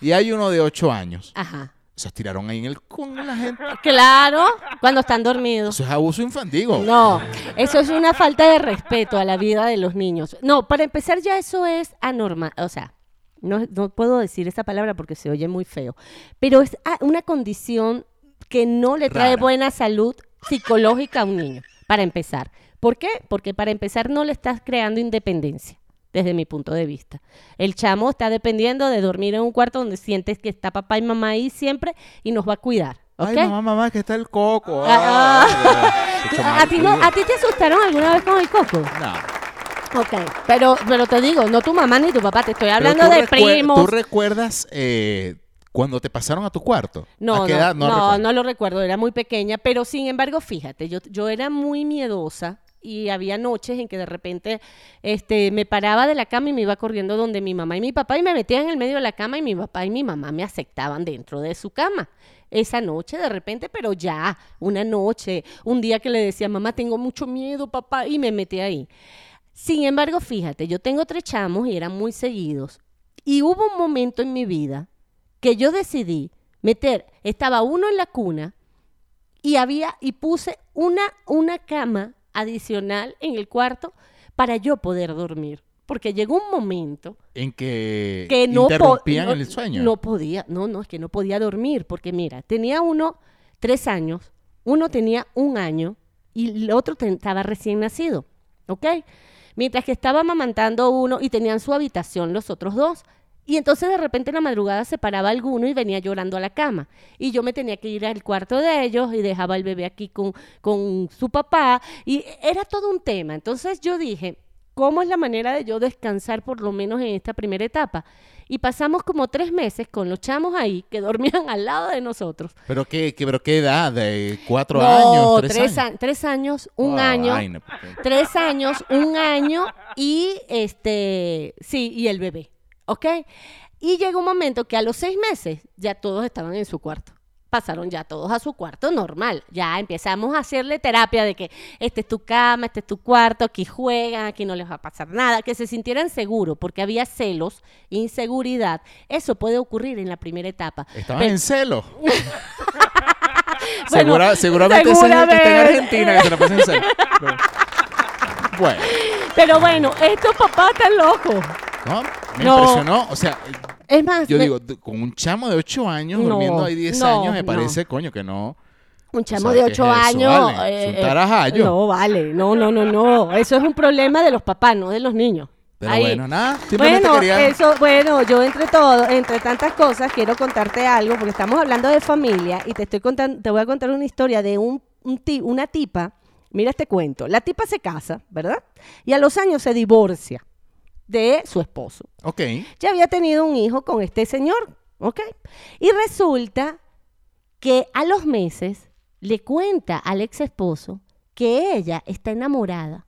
S2: y hay uno de 8 años,
S3: Ajá.
S2: se tiraron ahí en el con la gente.
S3: Claro, cuando están dormidos.
S2: Eso es abuso infantil. digo.
S3: No, eso es una falta de respeto a la vida de los niños. No, para empezar ya eso es anormal, o sea, no, no puedo decir esa palabra porque se oye muy feo, pero es a- una condición que no le trae
S2: Rara.
S3: buena salud psicológica a un niño, para empezar. ¿Por qué? Porque para empezar no le estás creando independencia, desde mi punto de vista. El chamo está dependiendo de dormir en un cuarto donde sientes que está papá y mamá ahí siempre y nos va a cuidar. ¿ok?
S2: Ay, mamá, mamá, que está el coco.
S3: Ah, *laughs*
S2: Ay, qué
S3: ¿A, a ti no- ¿A ti te asustaron alguna vez con el coco?
S2: No.
S3: Ok, pero, pero te digo, no tu mamá ni tu papá, te estoy hablando
S2: Pero tú
S3: de
S2: recuer- ¿Tú
S3: primos.
S2: recuerdas eh, cuando te pasaron a tu cuarto?
S3: No,
S2: ¿A qué
S3: no,
S2: edad?
S3: no,
S2: recuerdo.
S3: no lo recuerdo, era muy pequeña, pero sin embargo, fíjate, yo, yo era muy miedosa y había noches en que de repente este, me paraba de la cama y me iba corriendo donde mi mamá y mi papá y me metía en el medio de la cama y mi papá y mi mamá me aceptaban dentro de su cama. Esa noche de repente, pero ya, una noche, un día que le decía, mamá, tengo mucho miedo, papá, y me metí ahí. Sin embargo, fíjate, yo tengo tres chamos y eran muy seguidos. Y hubo un momento en mi vida que yo decidí meter, estaba uno en la cuna y había y puse una una cama adicional en el cuarto para yo poder dormir, porque llegó un momento
S2: En que,
S3: que no po-
S2: interrumpían
S3: no-
S2: el sueño.
S3: No podía, no, no, es que no podía dormir, porque mira, tenía uno tres años, uno tenía un año y el otro ten- estaba recién nacido, ¿ok? Mientras que estaba amamantando uno y tenían su habitación los otros dos. Y entonces de repente en la madrugada se paraba alguno y venía llorando a la cama. Y yo me tenía que ir al cuarto de ellos y dejaba al bebé aquí con, con su papá. Y era todo un tema. Entonces yo dije, ¿Cómo es la manera de yo descansar por lo menos en esta primera etapa? Y pasamos como tres meses con los chamos ahí que dormían *laughs* al lado de nosotros.
S2: ¿Pero, qué, qué- pero qué edad? ¿De ¿Cuatro
S3: No,
S2: años? ¿Tres, años?
S3: a- tres años, un
S2: Wow,
S3: año,
S2: ay, no, pues, eh, porque-
S3: tres años, un año y este, sí, y el bebé, ¿ok? Y llegó un momento que a los seis meses ya todos estaban en su cuarto. Pasaron ya todos a su cuarto normal. Ya empezamos a hacerle terapia de que este es tu cama, este es tu cuarto, aquí juegan, aquí no les va a pasar nada, que se sintieran seguros porque había celos, inseguridad. Eso puede ocurrir en la primera etapa.
S2: Estaban
S3: Pero-
S2: en
S3: *laughs*
S2: celo.
S3: Bueno,
S2: Segura- seguramente ese es el que está en Argentina, que se la pasa en celo. Pero-
S3: *laughs*
S2: Bueno,
S3: Pero bueno, estos papás están locos.
S2: ¿no? Me
S3: No.
S2: impresionó. O sea,
S3: Es más,
S2: yo
S3: me-
S2: digo, d- con un chamo de 8 años
S3: No,
S2: durmiendo ahí 10
S3: no,
S2: años, me
S3: no.
S2: parece, coño, que no.
S3: un
S2: sea,
S3: chamo de
S2: ¿qué es
S3: 8
S2: eso?
S3: años.
S2: Vale, es un
S3: eh, eh,
S2: tarajayo.
S3: no, vale, no, no, no, no. Eso es un problema de los papás, no de los niños.
S2: Pero
S3: Ahí.
S2: bueno, nada. Simplemente
S3: Bueno,
S2: quería...
S3: eso, bueno, yo entre todo, entre tantas cosas, quiero contarte algo, porque estamos hablando de familia y te estoy contando, te voy a contar una historia de un, un ti- una tipa. Mira este cuento. La tipa se casa, ¿verdad? Y a los años se divorcia de su esposo.
S2: Ok.
S3: ya había tenido un hijo con este señor, ¿ok? Y resulta que a los meses le cuenta al ex esposo que ella está enamorada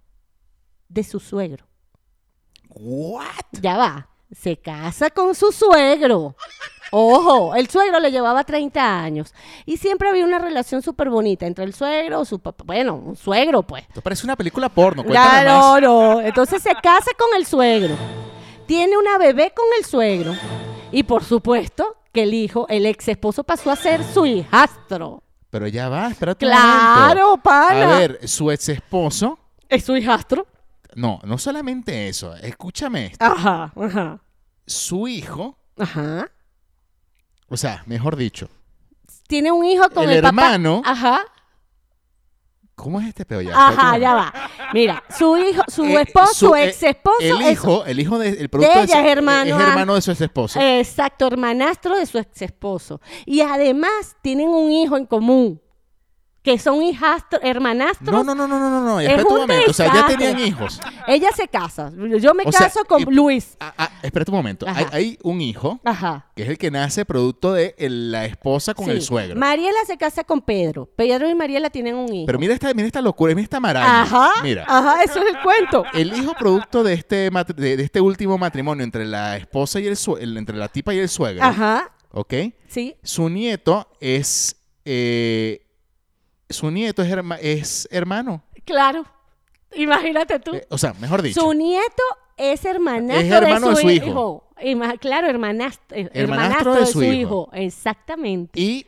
S3: de su suegro.
S2: ¿What?
S3: Ya va. Se casa con su suegro. Ojo, el suegro le llevaba 30 años. Y siempre había una relación súper bonita entre el suegro o su papá. Bueno, un suegro, pues.
S2: Esto parece una película porno. Cuéntame más.
S3: Claro, no. Entonces se casa con el suegro. Tiene una bebé con el suegro. Y por supuesto que el hijo, el ex esposo, pasó a ser su hijastro.
S2: Pero ya va, espérate un
S3: Claro,
S2: momento.
S3: pana.
S2: A ver, su ex esposo.
S3: Es su hijastro.
S2: No, no solamente eso. Escúchame. esto.
S3: Ajá, ajá.
S2: Su hijo,
S3: Ajá.
S2: o sea, mejor dicho,
S3: Tiene un hijo con el,
S2: El hermano.
S3: Papá. Ajá.
S2: ¿cómo es este pedo ya?
S3: Ajá,
S2: Espérate un
S3: ya
S2: momento.
S3: va. Mira, su hijo, su
S2: Eh,
S3: esposo, su
S2: eh,
S3: ex esposo,
S2: El hijo, el hijo de, el producto
S3: ella
S2: su-
S3: es hermano,
S2: es
S3: ah.
S2: hermano de su ex esposo.
S3: Exacto, hermanastro de su ex esposo. Y además tienen un hijo en común, que son hijastro, hermanastros.
S2: no, no, no, no, no, no, no.
S3: Es
S2: Espérate un
S3: un
S2: momento. O sea, ya
S3: desastre.
S2: tenían hijos.
S3: Ella se casa. Yo me
S2: O sea,
S3: caso con
S2: y-
S3: Luis.
S2: Ah, ah, espérate un momento.
S3: Ajá.
S2: Hay, hay un hijo
S3: Ajá.
S2: que es el que nace producto de el- la esposa con
S3: sí.
S2: el suegro.
S3: Mariela se casa con Pedro. Pedro y Mariela tienen un hijo.
S2: Pero mira esta, mira esta locura, mira esta maraña.
S3: ajá.
S2: Mira.
S3: Ajá, eso es el
S2: *laughs*
S3: cuento.
S2: El hijo producto de este, matri- de, de este último matrimonio entre la esposa y el, sue- el- entre la tipa y el suegro,
S3: Ajá.
S2: ¿ok?
S3: Sí.
S2: Su nieto es eh, su nieto es, herma- es hermano,
S3: Claro. Imagínate tú.
S2: Eh, o sea, mejor dicho,
S3: Su nieto es hermanastro
S2: Es hermano
S3: de, su hijo. Ima- Claro, hermanastro, hermanastro de, su hijo. Exactamente.
S2: y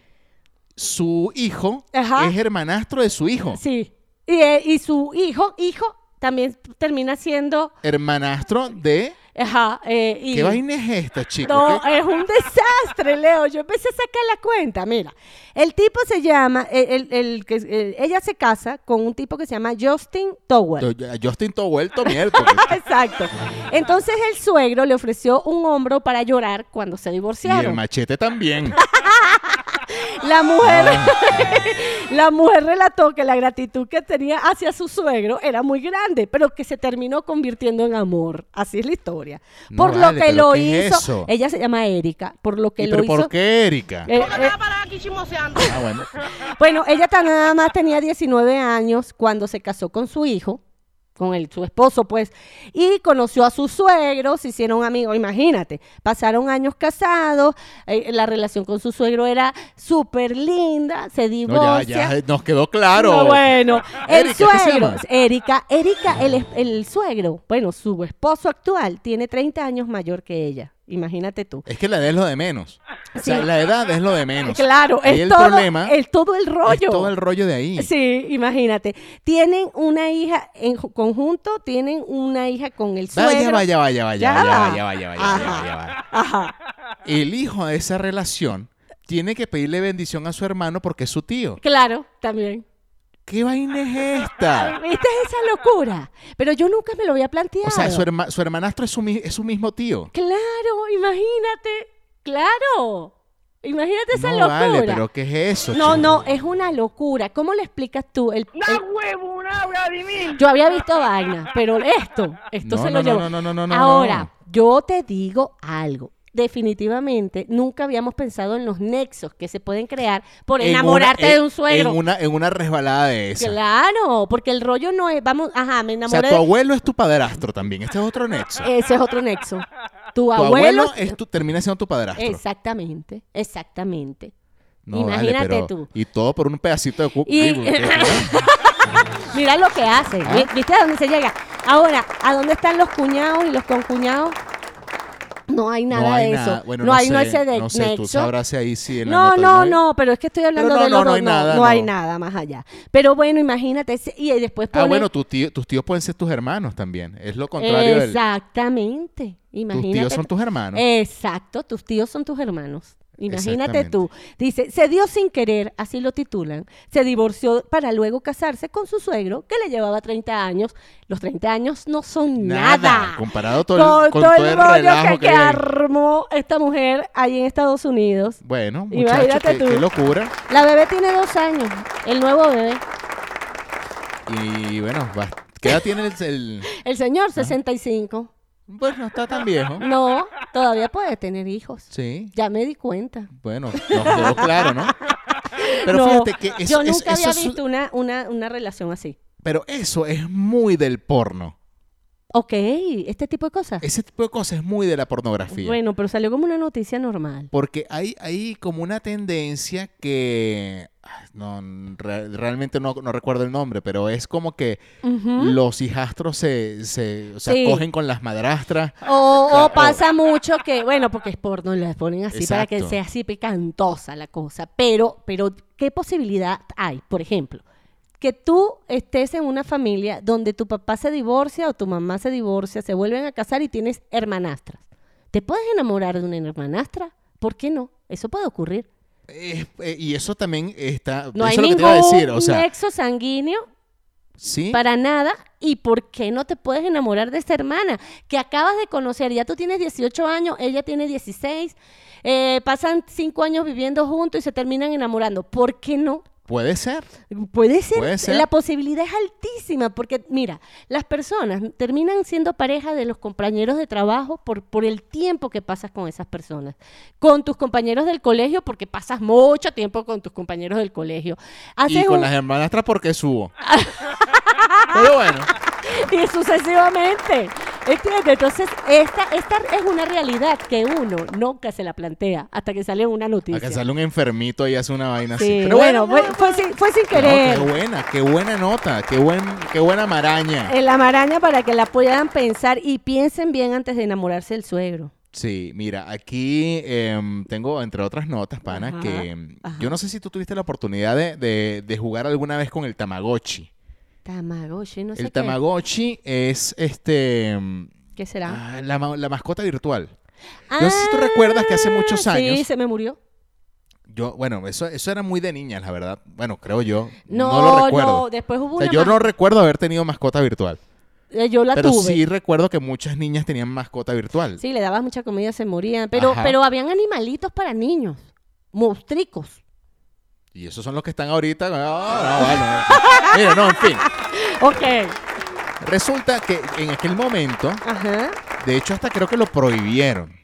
S2: su hijo
S3: Ajá.
S2: es hermanastro de su hijo,
S3: Sí. Y, eh, y su hijo, hijo, también termina siendo...
S2: hermanastro de
S3: Ajá, eh, y-
S2: ¿Qué vaina es esta, chico?
S3: No, eh,
S2: ¿Qué-
S3: es un desastre, Leo. Yo empecé a sacar la cuenta. Mira, el tipo se llama, el, el- el que- el- ella se casa con un tipo que se llama Justin Tower.
S2: Justin todo vuelto mierda.
S3: *laughs* Exacto. Entonces el suegro le ofreció un hombro para llorar cuando se
S2: y el
S3: divorciaron.
S2: machete también.
S3: La mujer,
S2: Ah.
S3: *laughs* la mujer relató que la gratitud que tenía hacia su suegro era muy grande, pero que se terminó convirtiendo en amor. Así es la historia.
S2: No
S3: Por
S2: vale,
S3: lo que
S2: pero
S3: lo
S2: ¿qué es
S3: hizo,
S2: eso?
S3: ella se llama Erika, por lo *laughs* que
S2: ¿Y
S3: lo
S2: pero
S3: hizo.
S2: por qué,
S3: *laughs*
S2: Erika?
S3: eh, eh,
S2: Ah, bueno.
S3: bueno, ella tan nada más tenía 19 años cuando se casó con su hijo, con el, su esposo, pues, y conoció a su suegro, se hicieron amigos, imagínate, pasaron años casados, eh, la relación con su suegro era súper linda, se
S2: No,
S3: divorcia.
S2: ya, ya nos quedó claro.
S3: No, bueno, el
S2: Erika, ¿qué se
S3: suegro,
S2: llama?
S3: Erika, Erika, el, es- el suegro, bueno, su esposo actual tiene 30 años mayor que ella, imagínate tú.
S2: Es que la edad es lo de menos. O sea, la edad es lo de menos.
S3: Claro,
S2: Ahí
S3: es
S2: el
S3: todo,
S2: problema
S3: el, todo el rollo.
S2: es todo el rollo de ahí.
S3: Sí, imagínate. Tienen una hija en ju- conjunto, tienen una hija con el suegro.
S2: Vaya, vaya, vaya, vaya,
S3: Ya
S2: vaya,
S3: va.
S2: vaya, vaya, vaya, vaya,
S3: Ajá.
S2: vaya, vaya.
S3: Ajá,
S2: El hijo de esa relación tiene que pedirle bendición a su hermano porque es su tío.
S3: claro, también.
S2: ¿Qué vaina es esta?
S3: ¿Viste esa locura? Pero yo nunca me lo había planteado.
S2: O sea, su, herma- su hermanastro es su, mi- es su mismo tío.
S3: Claro, imagínate. Claro. Imagínate esa
S2: No
S3: locura.
S2: vale, pero ¿qué es eso?
S3: No,
S2: chico?
S3: no, es una locura. ¿Cómo le explicas tú? El, el- Yo había visto vaina, pero esto, esto
S2: No,
S3: se
S2: no, no,
S3: lo llevó.
S2: no, no, no, no, no,
S3: Ahora,
S2: no.
S3: yo te digo algo. Definitivamente, nunca habíamos pensado en los nexos que se pueden crear por
S2: En una-
S3: enamorarte
S2: en-
S3: de un suegro.
S2: En una, en una resbalada de esa.
S3: Claro, porque el rollo no es, vamos, ajá, me
S2: O sea,
S3: enamoré.
S2: tu abuelo es tu padrastro también. Este es otro nexo.
S3: de- Ese es otro nexo. Tu,
S2: tu
S3: abuelo.
S2: abuelo es tu- termina siendo tu padrastro.
S3: Exactamente, exactamente.
S2: No, vale,
S3: Imagínate
S2: pero-
S3: tú.
S2: Y todo por un pedacito de cu-
S3: Y-
S2: digo,
S3: *laughs*
S2: ¿qué- qué?
S3: Mira lo que hace.
S2: Ah.
S3: Vi- ¿Viste a dónde se llega? Ahora, ¿a dónde están los cuñados y los concuñados? No hay nada
S2: no hay
S3: de
S2: nada.
S3: eso.
S2: Bueno,
S3: no, hay no
S2: sé,
S3: ese de
S2: no sé, tú
S3: nexo.
S2: sabrás ahí si en la
S3: No,
S2: nota
S3: no,
S2: hay-
S3: no, pero es que estoy hablando
S2: no,
S3: de
S2: no,
S3: los
S2: no
S3: dos.
S2: hay nada,
S3: hay
S2: no.
S3: nada más allá. Pero bueno, imagínate. ese- Y después
S2: Ah,
S3: pone-
S2: bueno, tu tío- tus tíos pueden ser tus hermanos también. Es lo contrario del...
S3: Exactamente.
S2: Tus
S3: Imagínate.
S2: tíos son tus hermanos.
S3: Exacto, tus tíos son tus hermanos. Imagínate
S2: Exactamente.
S3: tú. Dice, se dio sin querer, así lo titulan. Se divorció para luego casarse con su suegro, que le llevaba 30 años. Los 30 años no son nada.
S2: Nada, comparado todo el- con todo el relajo
S3: que,
S2: que
S3: que
S2: hay.
S3: armó esta mujer ahí en Estados Unidos.
S2: Bueno, muchachos, qué,
S3: Imagínate tú.
S2: qué locura.
S3: La bebé tiene dos años, el nuevo bebé.
S2: Y bueno, va- ¿qué edad tiene el, el-
S3: El señor, 65.
S2: Pues no está tan viejo.
S3: No, todavía puede tener hijos.
S2: Sí.
S3: Ya me di cuenta.
S2: Bueno, nos quedó claro, ¿no? Pero
S3: No,
S2: fíjate que eso,
S3: yo
S2: es- eso
S3: nunca había
S2: es-
S3: visto una, una, una relación así.
S2: pero eso es muy del porno.
S3: Ok, este tipo de cosas.
S2: Ese tipo de cosas es muy de la pornografía.
S3: Bueno, pero salió como una noticia normal.
S2: Porque hay, hay como una tendencia que. ah, No, re- realmente no, no recuerdo el nombre, pero es como que los hijastros se, se o sea,
S3: Sí.
S2: cogen con las madrastras.
S3: O,
S2: Claro.
S3: o pasa mucho que, bueno, porque es porno, la ponen así para que
S2: Exacto.
S3: sea así picantosa la cosa. Pero, pero, ¿qué posibilidad hay? Por ejemplo, que tú estés en una familia donde tu papá se divorcia o tu mamá se divorcia, se vuelven a casar y tienes hermanastras. ¿Te puedes enamorar de una hermanastra? ¿Por qué no? Eso puede ocurrir.
S2: Es- eh, y eso también está. eso
S3: No hay
S2: es lo que
S3: ningún
S2: te iba a decir. O sea,
S3: nexo sanguíneo
S2: sí.
S3: para nada. ¿Y por qué no te puedes enamorar de esta hermana que acabas de conocer? Ya tú tienes 18 años, ella tiene 16, eh, pasan 5 años viviendo juntos y se terminan enamorando. ¿Por qué no?
S2: Puede ser.
S3: Puede ser,
S2: Puede ser.
S3: la posibilidad es altísima, porque mira, las personas terminan siendo pareja de los compañeros de trabajo por, por el tiempo que pasas con esas personas, con tus compañeros del colegio, porque pasas mucho tiempo con tus compañeros del colegio.
S2: Y
S3: Haces
S2: con
S3: un-
S2: las hermanastras porque subo. pero bueno.
S3: y sucesivamente. ¿Entiendes? Entonces, esta, esta es una realidad que uno nunca se la plantea hasta que sale una noticia.
S2: Acá sale un enfermito y hace una vaina
S3: Sí,
S2: así. Pero
S3: bueno,
S2: bueno.
S3: fue, fue sin, fue sin
S2: no,
S3: querer.
S2: qué buena, qué buena nota, qué, buen, qué buena maraña.
S3: En la maraña para que la puedan pensar y piensen bien antes de enamorarse del suegro.
S2: Sí, mira, aquí em, tengo, entre otras notas, pana,
S3: Ajá,
S2: que em,
S3: ajá.
S2: yo no sé si tú tuviste la oportunidad de, de- de jugar alguna vez con el Tamagotchi.
S3: Tamagotchi, no sé
S2: el
S3: qué.
S2: Tamagotchi es este em,
S3: ¿Qué será?
S2: ah, la, ma- la mascota virtual. no sé si Ah, tú recuerdas que hace muchos
S3: Ah, Sí,
S2: años-
S3: se me murió.
S2: Yo, bueno, eso, eso era muy de niñas, la verdad. Bueno, creo yo.
S3: No,
S2: No, lo recuerdo.
S3: no, después hubo
S2: O sea,
S3: una
S2: yo
S3: ma-
S2: no recuerdo haber tenido mascota virtual.
S3: eh, yo la
S2: pero
S3: tuve.
S2: sí recuerdo que muchas niñas tenían mascota virtual.
S3: Sí, le dabas mucha comida, se morían. Pero,
S2: Ajá.
S3: pero habían animalitos para niños, monstricos.
S2: Y esos son los que están ahorita. Ah, no, bueno. Mira, no, *laughs* en fin.
S3: Ok.
S2: Resulta que en aquel momento,
S3: Ajá.
S2: de hecho, hasta creo que lo prohibieron.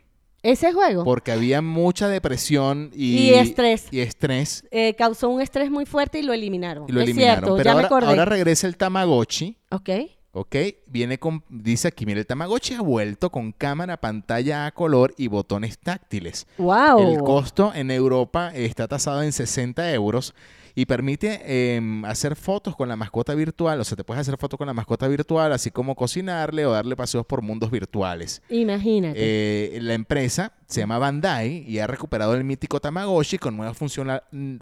S3: Ese juego
S2: Porque había mucha depresión y,
S3: Y estrés.
S2: Y estrés.
S3: eh, causó un estrés muy fuerte y lo eliminaron.
S2: Y lo
S3: es
S2: eliminaron.
S3: cierto,
S2: Pero
S3: ya
S2: ahora,
S3: me acordé.
S2: ahora regresa el Tamagotchi.
S3: Ok.
S2: ¿Ok? Viene con. Dice aquí, mira, el Tamagotchi ha vuelto con cámara, pantalla a color y botones táctiles.
S3: Wow.
S2: El costo en Europa está tasado en 60 euros y permite em, hacer fotos con la mascota virtual. O sea, te puedes hacer fotos con la mascota virtual, así como cocinarle o darle paseos por mundos virtuales.
S3: Imagínate.
S2: Eh, la empresa se llama Bandai y ha recuperado el mítico Tamagotchi con nuevas funciona- mm,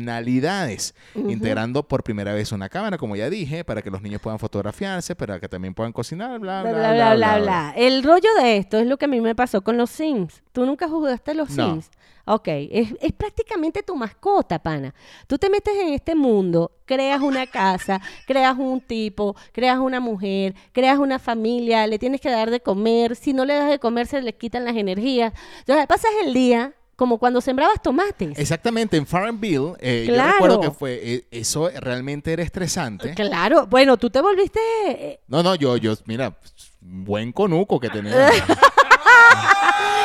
S2: funcionalidades, integrando por primera vez una cámara, como ya dije, para que los niños puedan fotografiarse, para que también puedan cocinar, bla,
S3: bla, bla, bla, bla, bla. El rollo de esto es lo que a mí me pasó con los Sims. ¿Tú nunca jugaste a los
S2: No.
S3: Sims? Ok, es, es prácticamente tu mascota, pana. Tú te metes en este mundo, creas una casa, *laughs* creas un tipo, creas una mujer, creas una familia, le tienes que dar de comer. Si no le das de comer, se le quitan las energías. Entonces, pasas el día como cuando sembrabas tomates.
S2: Exactamente, en Farmville, eh,
S3: Claro.
S2: yo recuerdo que fue, eh, eso realmente era estresante.
S3: Claro, bueno, tú te volviste. eh,
S2: No, no, yo, yo, mira, buen conuco que tenía.
S3: *laughs*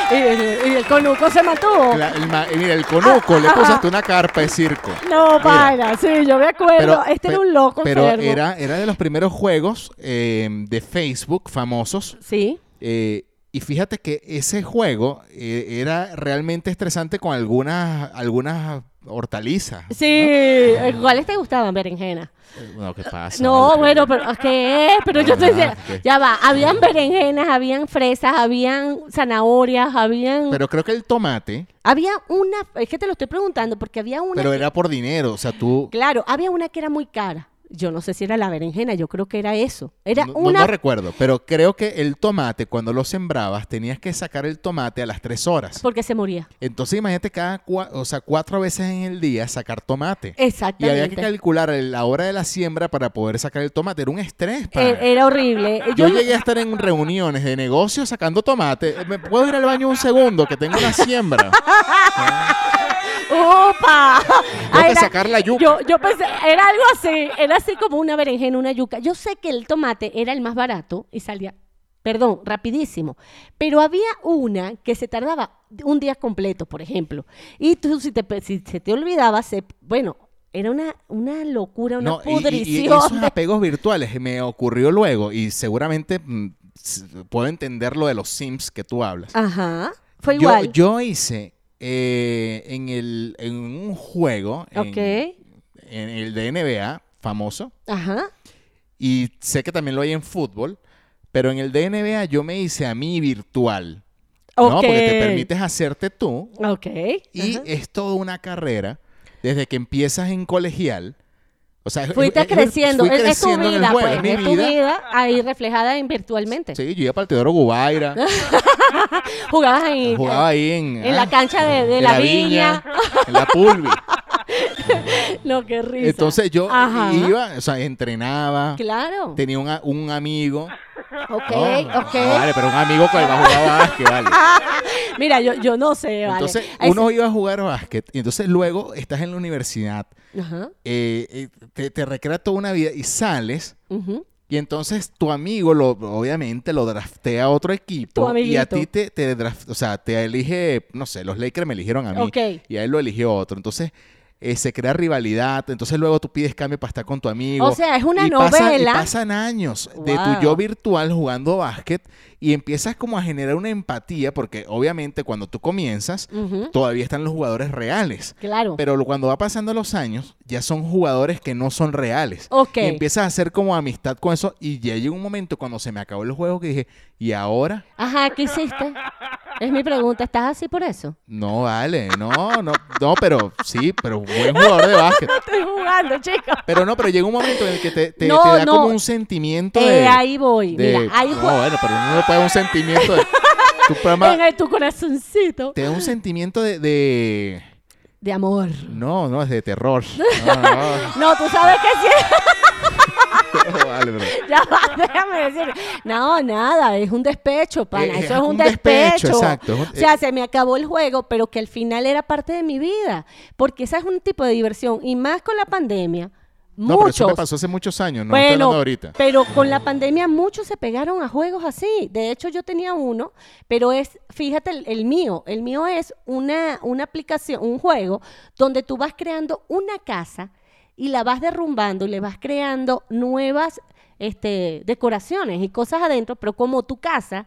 S3: Y, eh, y- y el conuco se mató.
S2: La- el ma- mira, el conuco le puso hasta una carpa de circo.
S3: No,
S2: Mira,
S3: para, sí, yo me acuerdo. este era
S2: pe-
S3: un loco.
S2: Pero
S3: enfermo.
S2: era, era de los primeros juegos eh, de Facebook famosos.
S3: Sí.
S2: eh, y fíjate que ese juego eh, era realmente estresante con algunas, algunas hortalizas.
S3: Sí. ¿Cuáles te gustaban, berenjena?
S2: Eh, No, ¿qué pasa?
S3: No,
S2: Vale,
S3: bueno, pero ¿qué? Pero yo te decía,
S2: Ah, ok.
S3: ya va, habían berenjenas, habían fresas, habían zanahorias, habían...
S2: Pero creo que el tomate,
S3: Había una, es que te lo estoy preguntando, porque había una...
S2: pero era por dinero. O sea, tú.
S3: Claro, había una que era muy cara. Yo no sé si era la berenjena, yo creo que era eso. Era
S2: no, no-
S3: una...
S2: no recuerdo, pero creo que el tomate, cuando lo sembrabas, tenías que sacar el tomate a las tres horas.
S3: porque se moría.
S2: Entonces, imagínate cada cua- o sea, cuatro veces en el día sacar tomate. Y
S3: Exactamente.
S2: había que calcular el- la hora de la siembra para poder sacar el tomate. Era un estrés. pana.
S3: Eh, Era horrible.
S2: yo llegué a estar en reuniones de negocios sacando tomate. Eh, ¿Me puedo ir al baño un segundo? Que tengo una siembra. *laughs*
S3: ¡Opa!
S2: Tengo que sacar la yuca.
S3: Yo, yo pensé, era algo así, era así como una berenjena, una yuca. Yo sé que el tomate era el más barato y salía, perdón, rapidísimo. Pero había una que se tardaba un día completo, por ejemplo. Y tú, si, te, pe- si se te olvidaba, se, bueno, Era una, una locura, *laughs* una
S2: No, y- y- y,
S3: pudrición.
S2: esos
S3: de-
S2: apegos virtuales me ocurrió luego y seguramente mm, s- puedo entender lo de los Sims que tú hablas.
S3: *laughs* Ajá. Fue
S2: Yo-
S3: igual.
S2: Yo, hice eh, en, el, en un juego, en-
S3: ok.
S2: en el de NBA famoso,
S3: Ajá.
S2: y sé que también lo hay en fútbol, pero en el de NBA yo me hice a mí virtual.
S3: Ok.
S2: ¿no? Porque te permites hacerte tú
S3: Ok.
S2: y
S3: ajá.
S2: es toda una carrera desde que empiezas en colegial. O sea, es-
S3: Fuiste
S2: es- es-
S3: creciendo.
S2: fui
S3: Es- es, tu
S2: creciendo en el
S3: vida,
S2: juego,
S3: pues.
S2: es mi
S3: Es tu
S2: vida.
S3: vida ahí reflejada en virtualmente.
S2: Sí, yo iba para el Teodoro
S3: *laughs*
S2: Gubaira,
S3: Jugabas en,
S2: jugaba ahí en,
S3: en la
S2: ah,
S3: cancha de, de
S2: en
S3: la, viña.
S2: en la Pulvi.
S3: *laughs* No, qué risa.
S2: Entonces yo
S3: Ajá.
S2: iba, o sea, entrenaba,
S3: Claro.
S2: tenía un, a- un amigo.
S3: Ok,
S2: No, ah,
S3: ok.
S2: Vale, pero un amigo con el que
S3: *laughs*
S2: jugaba básquet, vale.
S3: Mira, yo, yo no sé, vale.
S2: Entonces
S3: Ay,
S2: uno iba a jugar básquet y entonces luego estás en la universidad,
S3: sí. Ajá.
S2: eh, eh, te, te recrea toda una vida y sales
S3: ujú.
S2: y entonces tu amigo lo obviamente lo draftea a otro
S3: Tu
S2: equipo y
S3: amiguito.
S2: a ti te, te draft- o sea, te elige, no sé, los Lakers me eligieron a mí
S3: Ok.
S2: y a él lo eligió otro. Entonces eh, se crea rivalidad, entonces luego tú pides cambio para estar con tu amigo.
S3: O sea, es una
S2: y pasa- y
S3: novela.
S2: pasan años de
S3: Wow.
S2: tu yo virtual jugando básquet y empiezas como a generar una empatía porque obviamente cuando tú comienzas
S3: Ujú.
S2: todavía están los jugadores reales.
S3: Claro.
S2: Pero lo- cuando va pasando los años, ya son jugadores que no son reales.
S3: Ok.
S2: Y empiezas a hacer como amistad con eso. Y ya llegó un momento cuando se me acabó el juego que dije, ¿y ahora?
S3: Ajá, ¿qué hiciste? Es mi pregunta. ¿Estás así por eso?
S2: No, vale, no, no, no, pero sí, pero buen jugador de básquet.
S3: Estoy jugando, chicos.
S2: Pero no, pero llega un momento en el que te, te-
S3: No,
S2: te da
S3: no.
S2: como un sentimiento de.
S3: Eh, ahí voy.
S2: de-
S3: Mira, ahí
S2: no,
S3: voy.
S2: bueno, pero uno no le puede dar un sentimiento de. Tu
S3: *laughs* en
S2: programa
S3: el- tu corazoncito.
S2: te da un sentimiento de. de-
S3: De amor.
S2: no, no, es de terror. No, no, *laughs*
S3: No, tú sabes que sí.
S2: no, vale, pero-
S3: *laughs* Ya va, déjame decir. No, nada, es un despecho, pana.
S2: Eh,
S3: Eso
S2: eh,
S3: es un,
S2: un
S3: despecho.
S2: despecho, exacto. Es un-
S3: O sea, se me acabó el juego, pero que al final era parte de mi vida. Porque esa es un tipo de diversión. Y más con la pandemia.
S2: No, pero eso me
S3: muchos.
S2: pasó hace muchos años, no estoy
S3: bueno,
S2: hablando ahorita.
S3: pero con la pandemia muchos se pegaron a juegos así. De hecho, yo tenía uno, pero es, fíjate, el, el mío. El mío es una, una aplicación, un juego donde tú vas creando una casa y la vas derrumbando y le vas creando nuevas este, decoraciones y cosas adentro, pero como tu casa,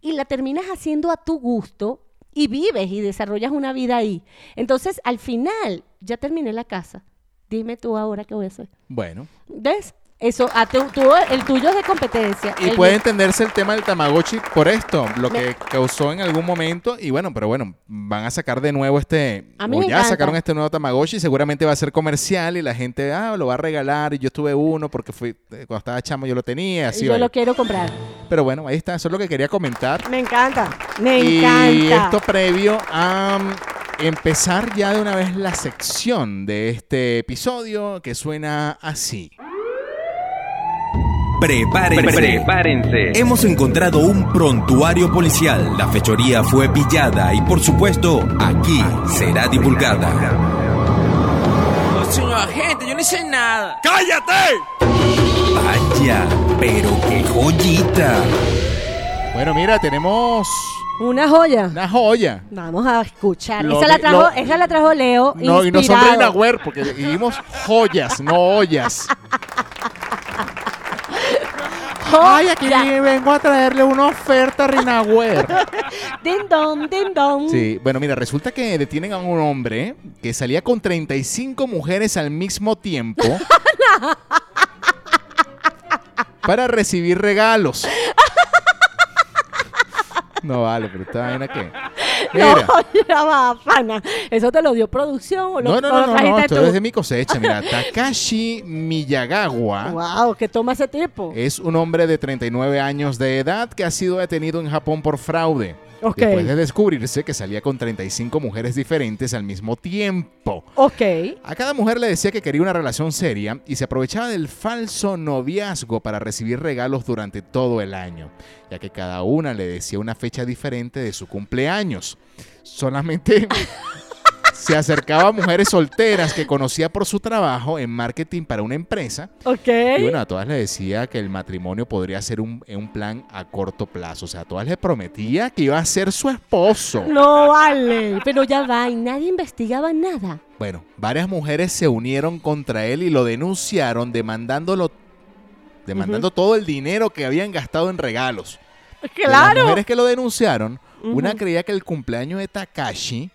S3: y la terminas haciendo a tu gusto y vives y desarrollas una vida ahí. Entonces, al final, ya terminé la casa. Dime tú ahora qué voy a hacer.
S2: Bueno.
S3: ¿Ves? Eso, a tu- tu- el tuyo es de competencia.
S2: Y
S3: El
S2: puede
S3: mío-
S2: entenderse el tema del Tamagotchi por esto, lo que causó en algún momento. Y bueno, pero bueno, van a sacar de nuevo este.
S3: A mí
S2: o
S3: me
S2: ya
S3: encanta.
S2: sacaron este nuevo Tamagotchi, seguramente va a ser comercial y la gente, ah, lo va a regalar. Y yo tuve uno porque fui, eh, cuando estaba chamo yo lo tenía. Así
S3: yo
S2: vaya.
S3: lo quiero comprar.
S2: Pero bueno, ahí está, eso es lo que quería comentar.
S3: Me encanta. Me
S2: y
S3: encanta.
S2: esto previo a mm, empezar ya de una vez la sección de este episodio que suena así.
S6: Prepárense.
S4: Prepárense.
S6: Hemos encontrado un prontuario policial. La fechoría fue pillada y, por supuesto, aquí será divulgada.
S4: No, señor agente, yo no hice nada.
S6: ¡Cállate! Vaya, pero qué joyita.
S2: Bueno, mira, tenemos
S3: Una joya.
S2: una joya.
S3: Vamos a escuchar.
S2: Lo
S3: esa, la
S2: que-
S3: trajo,
S2: lo-
S3: esa la trajo Leo.
S2: No, y no son
S3: inspirado.
S2: Reina Güer, porque dijimos joyas, no ollas. Ay, aquí
S3: Joya.
S2: vengo a traerle una oferta a Reina Güer.
S3: Ding dong, ding dong. *laughs*
S2: Sí, bueno, mira, resulta que detienen a un hombre que salía con 35 mujeres al mismo tiempo.
S3: *laughs*
S2: para recibir regalos. No vale, pero esta vaina que. Mira.
S3: No, *laughs* ya va, pana. ¿Eso te lo dio producción o
S2: No,
S3: lo,
S2: no,
S3: o lo
S2: no, no, no,
S3: trajiste
S2: esto
S3: tú?
S2: es de mi cosecha.
S3: *laughs*
S2: Mira, Takashi Miyagawa.
S3: Wow, ¿qué toma ese tipo?
S2: Es un hombre de 39 años de edad que ha sido detenido en Japón por fraude.
S3: Ok.
S2: Después de descubrirse que salía con 35 mujeres diferentes al mismo tiempo.
S3: Ok.
S2: A cada mujer le decía que quería una relación seria y se aprovechaba del falso noviazgo para recibir regalos durante todo el año, ya que cada una le decía una fecha diferente de su cumpleaños. Solamente *laughs* se acercaba a mujeres solteras que conocía por su trabajo en marketing para una empresa.
S3: Ok.
S2: Y bueno, a todas les decía que el matrimonio podría ser un, un plan a corto plazo. O sea, a todas les prometía que iba a ser su esposo.
S3: No vale. Pero ya va, y nadie investigaba nada.
S2: Bueno, varias mujeres se unieron contra él y lo denunciaron demandándolo demandando todo el dinero que habían gastado en regalos. De Las
S3: Claro.
S2: mujeres que lo denunciaron, una
S3: Ujú.
S2: creía que el cumpleaños de Takashi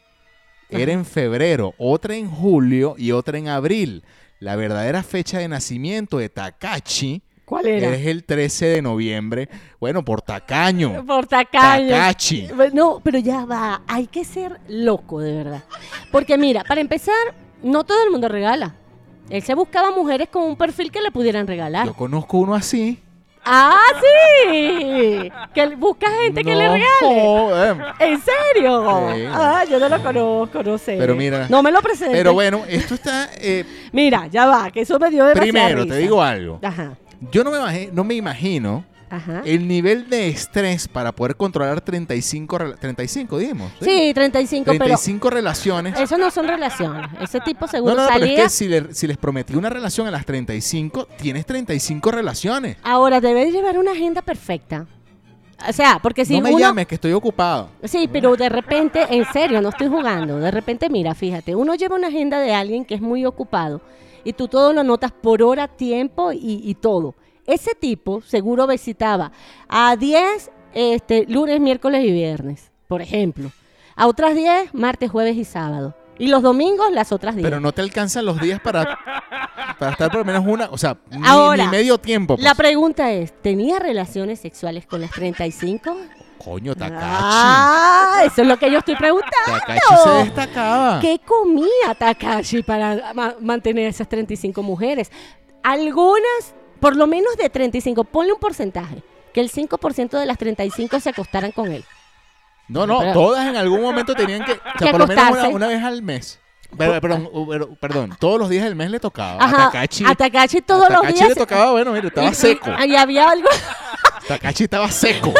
S2: era en febrero, otra en julio y otra en abril. La verdadera fecha de nacimiento de Takashi
S3: ¿Cuál era?
S2: es el 13 de noviembre. Bueno, por tacaño.
S3: *laughs* Por tacaño.
S2: Takashi.
S3: No, pero ya va. Hay que ser loco, de verdad. Porque mira, para empezar, no todo el mundo regala. Él se buscaba mujeres con un perfil que le pudieran regalar.
S2: Yo conozco uno así.
S3: ¡Ah, sí! Que él busca gente que le
S2: No
S3: regale. *laughs*
S2: joder.
S3: ¿En serio?
S2: Sí.
S3: Ah, yo no lo conozco, no sé.
S2: Pero mira-
S3: No me lo presentes.
S2: Pero bueno, esto está... eh,
S3: Mira, ya va, que eso me dio demasiada
S2: primero, te
S3: risa.
S2: digo algo.
S3: Ajá,
S2: Yo no me, imagi- no me imagino
S3: ajá.
S2: el nivel de estrés para poder controlar 35, rela- 35 digamos. ¿sí?
S3: Sí, 35, pero...
S2: 35 relaciones.
S3: Eso no son relaciones. Ese tipo
S2: No,
S3: seguro
S2: no, no, pero
S3: salía...
S2: es que si, le- si les prometí una relación a las 35, tienes 35 relaciones.
S3: Ahora, debes llevar una agenda perfecta. O sea, porque si
S2: no me
S3: uno...
S2: llames, que estoy ocupado.
S3: Sí, pero de repente, en serio, no estoy jugando. De repente, mira, fíjate, uno lleva una agenda de alguien que es muy ocupado y tú todo lo notas por hora, tiempo y, y todo. Ese tipo seguro visitaba a 10 este, lunes, miércoles y viernes, por ejemplo. A otras 10 martes, jueves y sábado. Y los domingos las otras 10.
S2: Pero no te alcanzan los días para, para estar por lo menos una, o sea, ni,
S3: Ahora,
S2: ni medio tiempo. pues.
S3: La pregunta es, ¿tenía relaciones sexuales con las 35?
S2: pues. Coño, Takachi.
S3: Ah, eso es lo que yo estoy preguntando.
S2: Takachi se destacaba.
S3: ¿Qué comía Takashi para ma- mantener esas 35 mujeres? Algunas, por lo menos de 35, ponle un porcentaje, que el 5% de las 35 se acostaran con él.
S2: No, no,
S3: Pero-
S2: todas en algún momento tenían que, o sea,
S3: *laughs* Que
S2: por lo menos una,
S3: acostarse.
S2: una vez al mes. Pero, pero- pero- perdón, todos los días del mes le tocaba.
S3: Ajá,
S2: a Takachi.
S3: a Takashi todos
S2: a Takachi
S3: los días.
S2: le tocaba, bueno, mira, estaba
S3: Y-
S2: seco.
S3: Y, había algo, *laughs*
S2: Takachi estaba seco.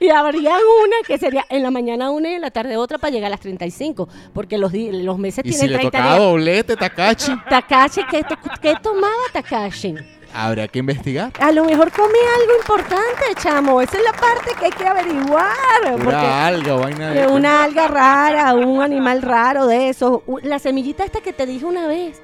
S3: y habría una que sería en la mañana una y en la tarde otra para llegar a las 35, porque los, di- los meses
S2: Y si
S3: tienen
S2: le
S3: 30
S2: tocaba
S3: días.
S2: doblete, Takachi,
S3: Takashi, ¿qué, to- ¿qué tomaba Takashi?
S2: habrá que investigar.
S3: A lo mejor comí algo importante, chamo. Esa es la parte que hay que averiguar.
S2: Una alga, vaina
S3: Porque
S2: de.
S3: eh, una alga rara, un animal raro de esos. U- La semillita esta que te dije una vez.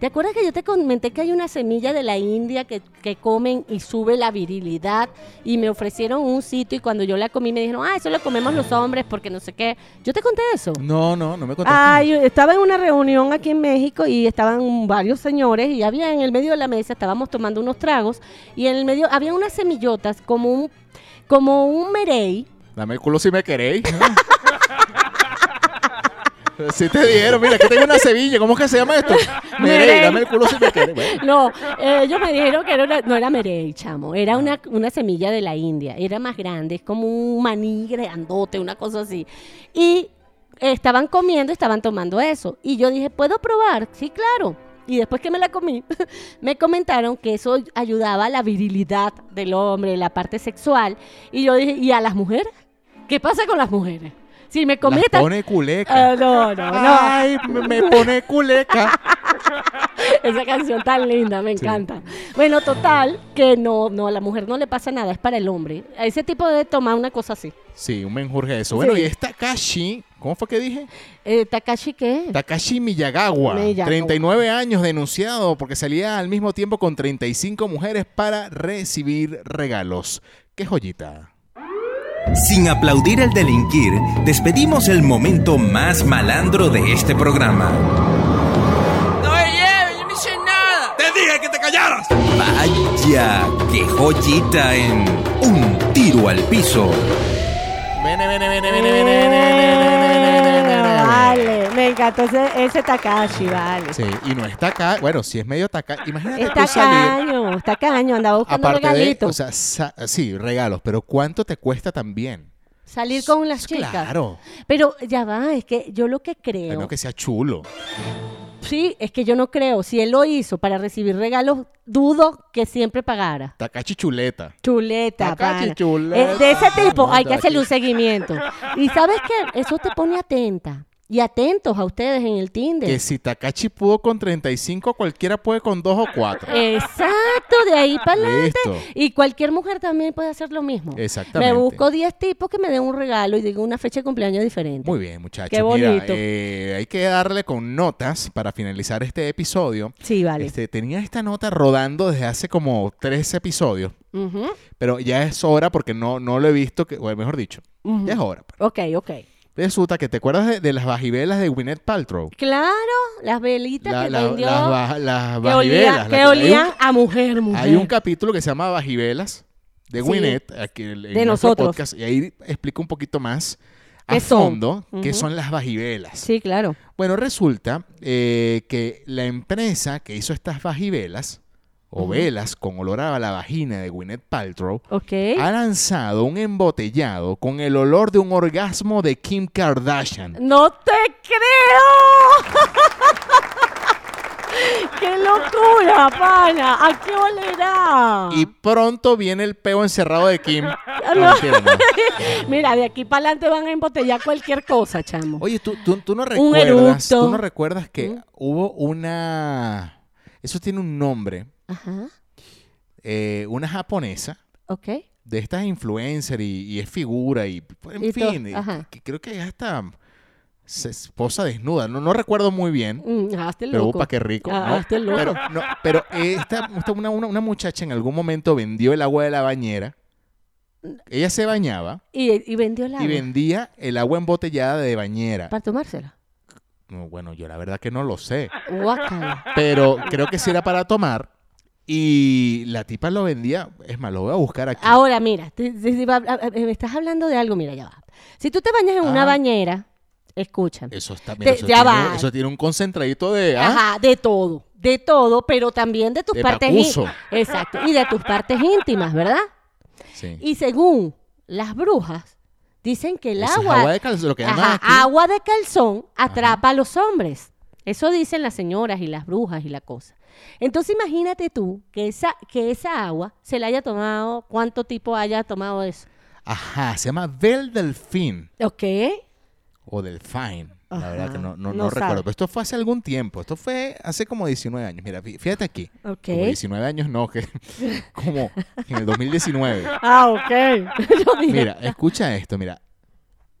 S3: ¿Te acuerdas que yo te comenté que hay una semilla de la India que, que comen y sube la virilidad? Y me ofrecieron un sitio y cuando yo la comí me dijeron, ah, eso lo comemos los hombres porque no sé qué. Yo te conté eso.
S2: No, no, no me contaste.
S3: Ay, estaba en una reunión aquí en México y estaban varios señores y había en el medio de la mesa, estábamos tomando unos tragos y en el medio había unas semillotas como un, como un merey.
S2: Dame el culo si me queréis. *laughs* Si te dieron, mira, aquí tengo una Sevilla, ¿cómo es que se llama esto? Merey,
S3: Merey.
S2: dame el culo si me queréis. Bueno,
S3: *laughs* No, eh, ellos me dijeron que era una- no era merey, chamo, era una, una semilla de la India, era más grande, es como un maní grandote, una cosa así. Y estaban comiendo, estaban tomando eso. Y yo dije, ¿puedo probar? Sí, claro. Y después que me la comí, *laughs* me comentaron que eso ayudaba a la virilidad del hombre, la parte sexual. Y yo dije, ¿y a las mujeres? ¿Qué pasa con las mujeres? Si me comí
S2: las
S3: esta-
S2: pone culeca.
S3: Ah, no, no, no.
S2: Ay, me, me pone culeca.
S3: Esa canción tan linda, me encanta. Bueno, total, que no, no, a la mujer no le pasa nada, es para el hombre. A ese tipo debe tomar una cosa así.
S2: Sí, un menjurje de eso. Bueno,
S3: Sí.
S2: y es Takashi, ¿cómo fue que dije?
S3: Eh, ¿Takashi qué?
S2: Takashi Miyagawa,
S3: Miyagawa.
S2: 39 años denunciado porque salía al mismo tiempo con 35 mujeres para recibir regalos. ¡Qué joyita!
S6: Sin aplaudir el delinquir, despedimos el momento más malandro de este programa.
S4: No me lleves, yo no hice nada.
S6: ¡Te dije que te callaras! Vaya, qué joyita en un tiro al piso.
S2: Vene, vene, vene, vene, vene, vene, vene, vene, vene, vene, vene, vene.
S3: Vale, me encantó ese, ese Takashi, vale.
S2: Sí, y no está acá. Bueno, si es medio taca. Imagínate
S3: Está
S2: tú Pues salir.
S3: caño, está caño, andaba buscando
S2: Aparte de,
S3: regalitos.
S2: o sea, sa- sí, regalos, pero ¿cuánto te cuesta también?
S3: Salir con las chicas.
S2: pues Claro,
S3: Pero ya va, es que yo lo que
S2: a
S3: creo.
S2: menos que sea chulo.
S3: Sí, es que yo no creo. Si él lo hizo para recibir regalos, dudo que siempre pagara.
S2: Takachi chuleta.
S3: Chuleta,
S2: Tacachi
S3: pana.
S2: chuleta.
S3: Eh, de ese tipo
S2: Vamos
S3: hay que hacerle
S2: aquí.
S3: un seguimiento. Y sabes qué, eso te pone atenta. Y atentos a ustedes en el Tinder.
S2: Que si Takachi pudo con 35, cualquiera puede con 2 o
S3: Eh,
S2: 4.
S3: Exacto, de ahí para adelante.
S2: Listo.
S3: Y cualquier mujer también puede hacer lo mismo.
S2: Exactamente.
S3: Me busco 10 tipos que me den un regalo y digo una fecha de cumpleaños diferente.
S2: Muy bien, muchachos.
S3: Qué
S2: Mira,
S3: bonito.
S2: eh, hay que darle con notas para finalizar este episodio.
S3: Sí, vale.
S2: Este, tenía esta nota rodando desde hace como tres episodios,
S3: Ujú.
S2: pero ya es hora porque no, no lo he visto, que, o mejor dicho,
S3: Ujú.
S2: ya es hora. pues.
S3: Ok, ok.
S2: Resulta que te acuerdas de, de las bajivelas de Winnet Paltrow.
S3: Claro, las velitas
S2: La-
S3: que
S2: la-
S3: vendió.
S2: las baja- las
S3: que olía-
S2: bajivelas. la-
S3: que
S2: hay un-
S3: olían a mujer, mujer.
S2: Hay un capítulo que se llama Bajivelas de
S3: Sí.
S2: Winnet, aquí en- en
S3: De
S2: nuestro
S3: nosotros.
S2: podcast, y ahí explica un poquito más a
S3: ¿Qué son?
S2: fondo qué
S3: Ujú.
S2: son las bajivelas.
S3: Sí, claro.
S2: Bueno, resulta eh, que la empresa que hizo estas bajivelas o velas con olor a la vagina de Gwyneth Paltrow
S3: Ok.
S2: ha lanzado un embotellado con el olor de un orgasmo de Kim Kardashian.
S3: ¡No te creo! *laughs* ¡Qué locura, pana! ¿A qué olerá?
S2: Y pronto viene el peo encerrado de
S3: *laughs*
S2: Kim. No,
S3: no.
S2: mentira, no.
S3: *laughs* Mira, de aquí para adelante van a embotellar cualquier cosa, chamo.
S2: Oye, ¿tú, tú, tú no
S3: Un
S2: recuerdas, tú
S3: eructo.
S2: no recuerdas que hubo una... Eso tiene un nombre.
S3: Ajá,
S2: eh, una japonesa
S3: ok.
S2: de estas influencers y, y es figura y pues, en
S3: Y todo,
S2: fin, y-
S3: ajá.
S2: que creo que es hasta se- esposa desnuda, no, no recuerdo muy bien,
S3: Mm, hazte
S2: pero
S3: loco.
S2: upa qué rico.
S3: Ah,
S2: ¿no?
S3: hazte loco.
S2: Pero, no, pero esta, esta una, una- una muchacha en algún momento vendió el agua de la bañera. Ella se bañaba
S3: Y, y vendió la
S2: y vendía el agua embotellada de bañera.
S3: para tomársela.
S2: No, Bueno, yo la verdad que no lo sé.
S3: Guácala.
S2: Pero creo que sí era para tomar. Y la tipa lo vendía. Es más, lo voy a buscar aquí.
S3: Ahora, mira, te- te- te- va- a- a- me estás hablando de algo, mira, ya va. Si tú te bañas en
S2: Ah.
S3: una bañera, escúchame.
S2: Eso está mira,
S3: Te-
S2: eso,
S3: ya
S2: tiene,
S3: va.
S2: eso tiene un concentradito de. ¿ah?
S3: Ajá, de todo, de todo, pero también de tus
S2: De
S3: partes
S2: pacuso.
S3: íntimas. Exacto, y de tus partes íntimas, ¿verdad?
S2: Sí.
S3: Y según las brujas, dicen que el
S2: Eso es
S3: agua,
S2: agua de calzón, lo que llaman
S3: Ajá,
S2: aquí.
S3: agua de calzón atrapa a los hombres. Eso dicen las señoras y las brujas y la cosa. Entonces imagínate tú que esa, que esa agua se la haya tomado, cuánto tipo haya tomado eso.
S2: Ajá, se llama Bel Delfín
S3: ¿Ok?
S2: o Delfine. La
S3: Ajá,
S2: verdad que no, no,
S3: no
S2: no recuerdo.
S3: sabe.
S2: Pero esto fue hace algún tiempo. Esto fue hace como 19 años. Mira, fí- fíjate aquí.
S3: Ok.
S2: Como 19 años no,
S3: *laughs*
S2: que como en el 2019.
S3: Ah, *laughs* ok. Yo dije,
S2: Mira, escucha esto, mira.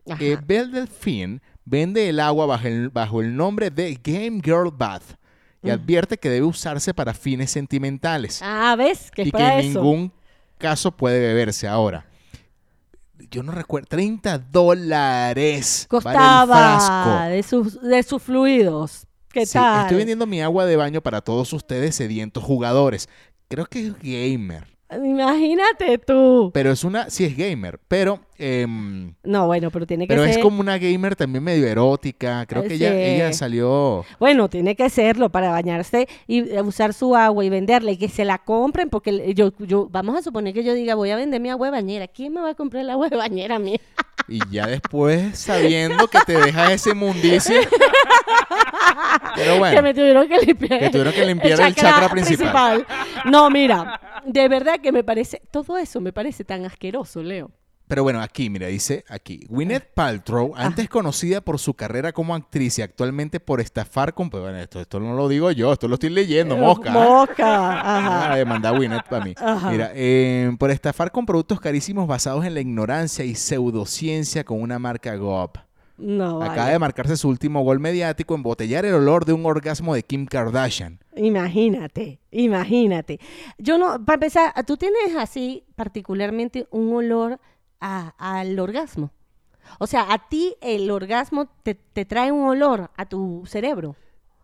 S3: ajá.
S2: Eh, Belle Delphine vende el agua bajo el, bajo el nombre de Game Girl Bath y advierte que debe usarse para fines sentimentales
S3: ah, ¿ves? Que es
S2: y que
S3: para
S2: en
S3: eso.
S2: ningún caso puede beberse ahora. Yo no recuerdo, 30 dólares vale
S3: Costaba
S2: el frasco.
S3: de, sus, de sus fluidos. ¿Qué
S2: Sí,
S3: tal?
S2: Estoy vendiendo mi agua de baño para todos ustedes sedientos jugadores. Creo que es gamer,
S3: Imagínate tú.
S2: pero es una, sí es gamer, pero em,
S3: No, bueno, pero tiene que
S2: Pero
S3: ser.
S2: es como una gamer también medio erótica. Creo
S3: Ah,
S2: que ella,
S3: sí.
S2: ella salió.
S3: Bueno, tiene que serlo para bañarse y eh, usar su agua y venderla y que se la compren, porque le- yo, yo, vamos a suponer que yo diga, voy a vender mi agua de bañera. ¿Quién me va a comprar el agua de bañera a mí? *laughs*
S2: Y ya después, sabiendo que te deja ese mundicio. Pero
S3: que
S2: bueno,
S3: me tuvieron que limpiar.
S2: Que tuvieron que limpiar el chakra principal.
S3: principal. No, mira, de verdad que me parece, todo eso me parece tan asqueroso, Leo.
S2: pero bueno, aquí, mira, dice aquí. Gwyneth Paltrow,
S3: Ah.
S2: antes conocida por su carrera como actriz y actualmente por estafar con. pues Bueno, esto, esto no lo digo yo, esto lo estoy leyendo, mosca. ¿eh? Ah,
S3: Mosca,
S2: Me van
S3: ajá.
S2: a demandar Winnet para mí.
S3: Ajá.
S2: Mira, eh, por estafar con productos carísimos basados en la ignorancia y pseudociencia con una marca GOP.
S3: No,
S2: Acaba
S3: vale.
S2: de marcarse su último gol mediático, embotellar el olor de un orgasmo de Kim Kardashian.
S3: Imagínate, imagínate. Yo no, para empezar, tú tienes así particularmente un olor a- al orgasmo. O sea, a ti el orgasmo te, te trae un olor a tu cerebro.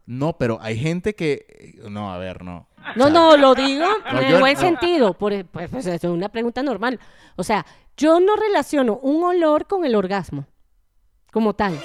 S2: No, pero hay gente que... No, a ver, no.
S3: No,
S2: O sea,
S3: no, lo digo
S2: No,
S3: en
S2: yo-
S3: buen
S2: no.
S3: sentido. Por, pues, pues, es una pregunta normal. O sea, yo no relaciono un olor con el orgasmo como tal.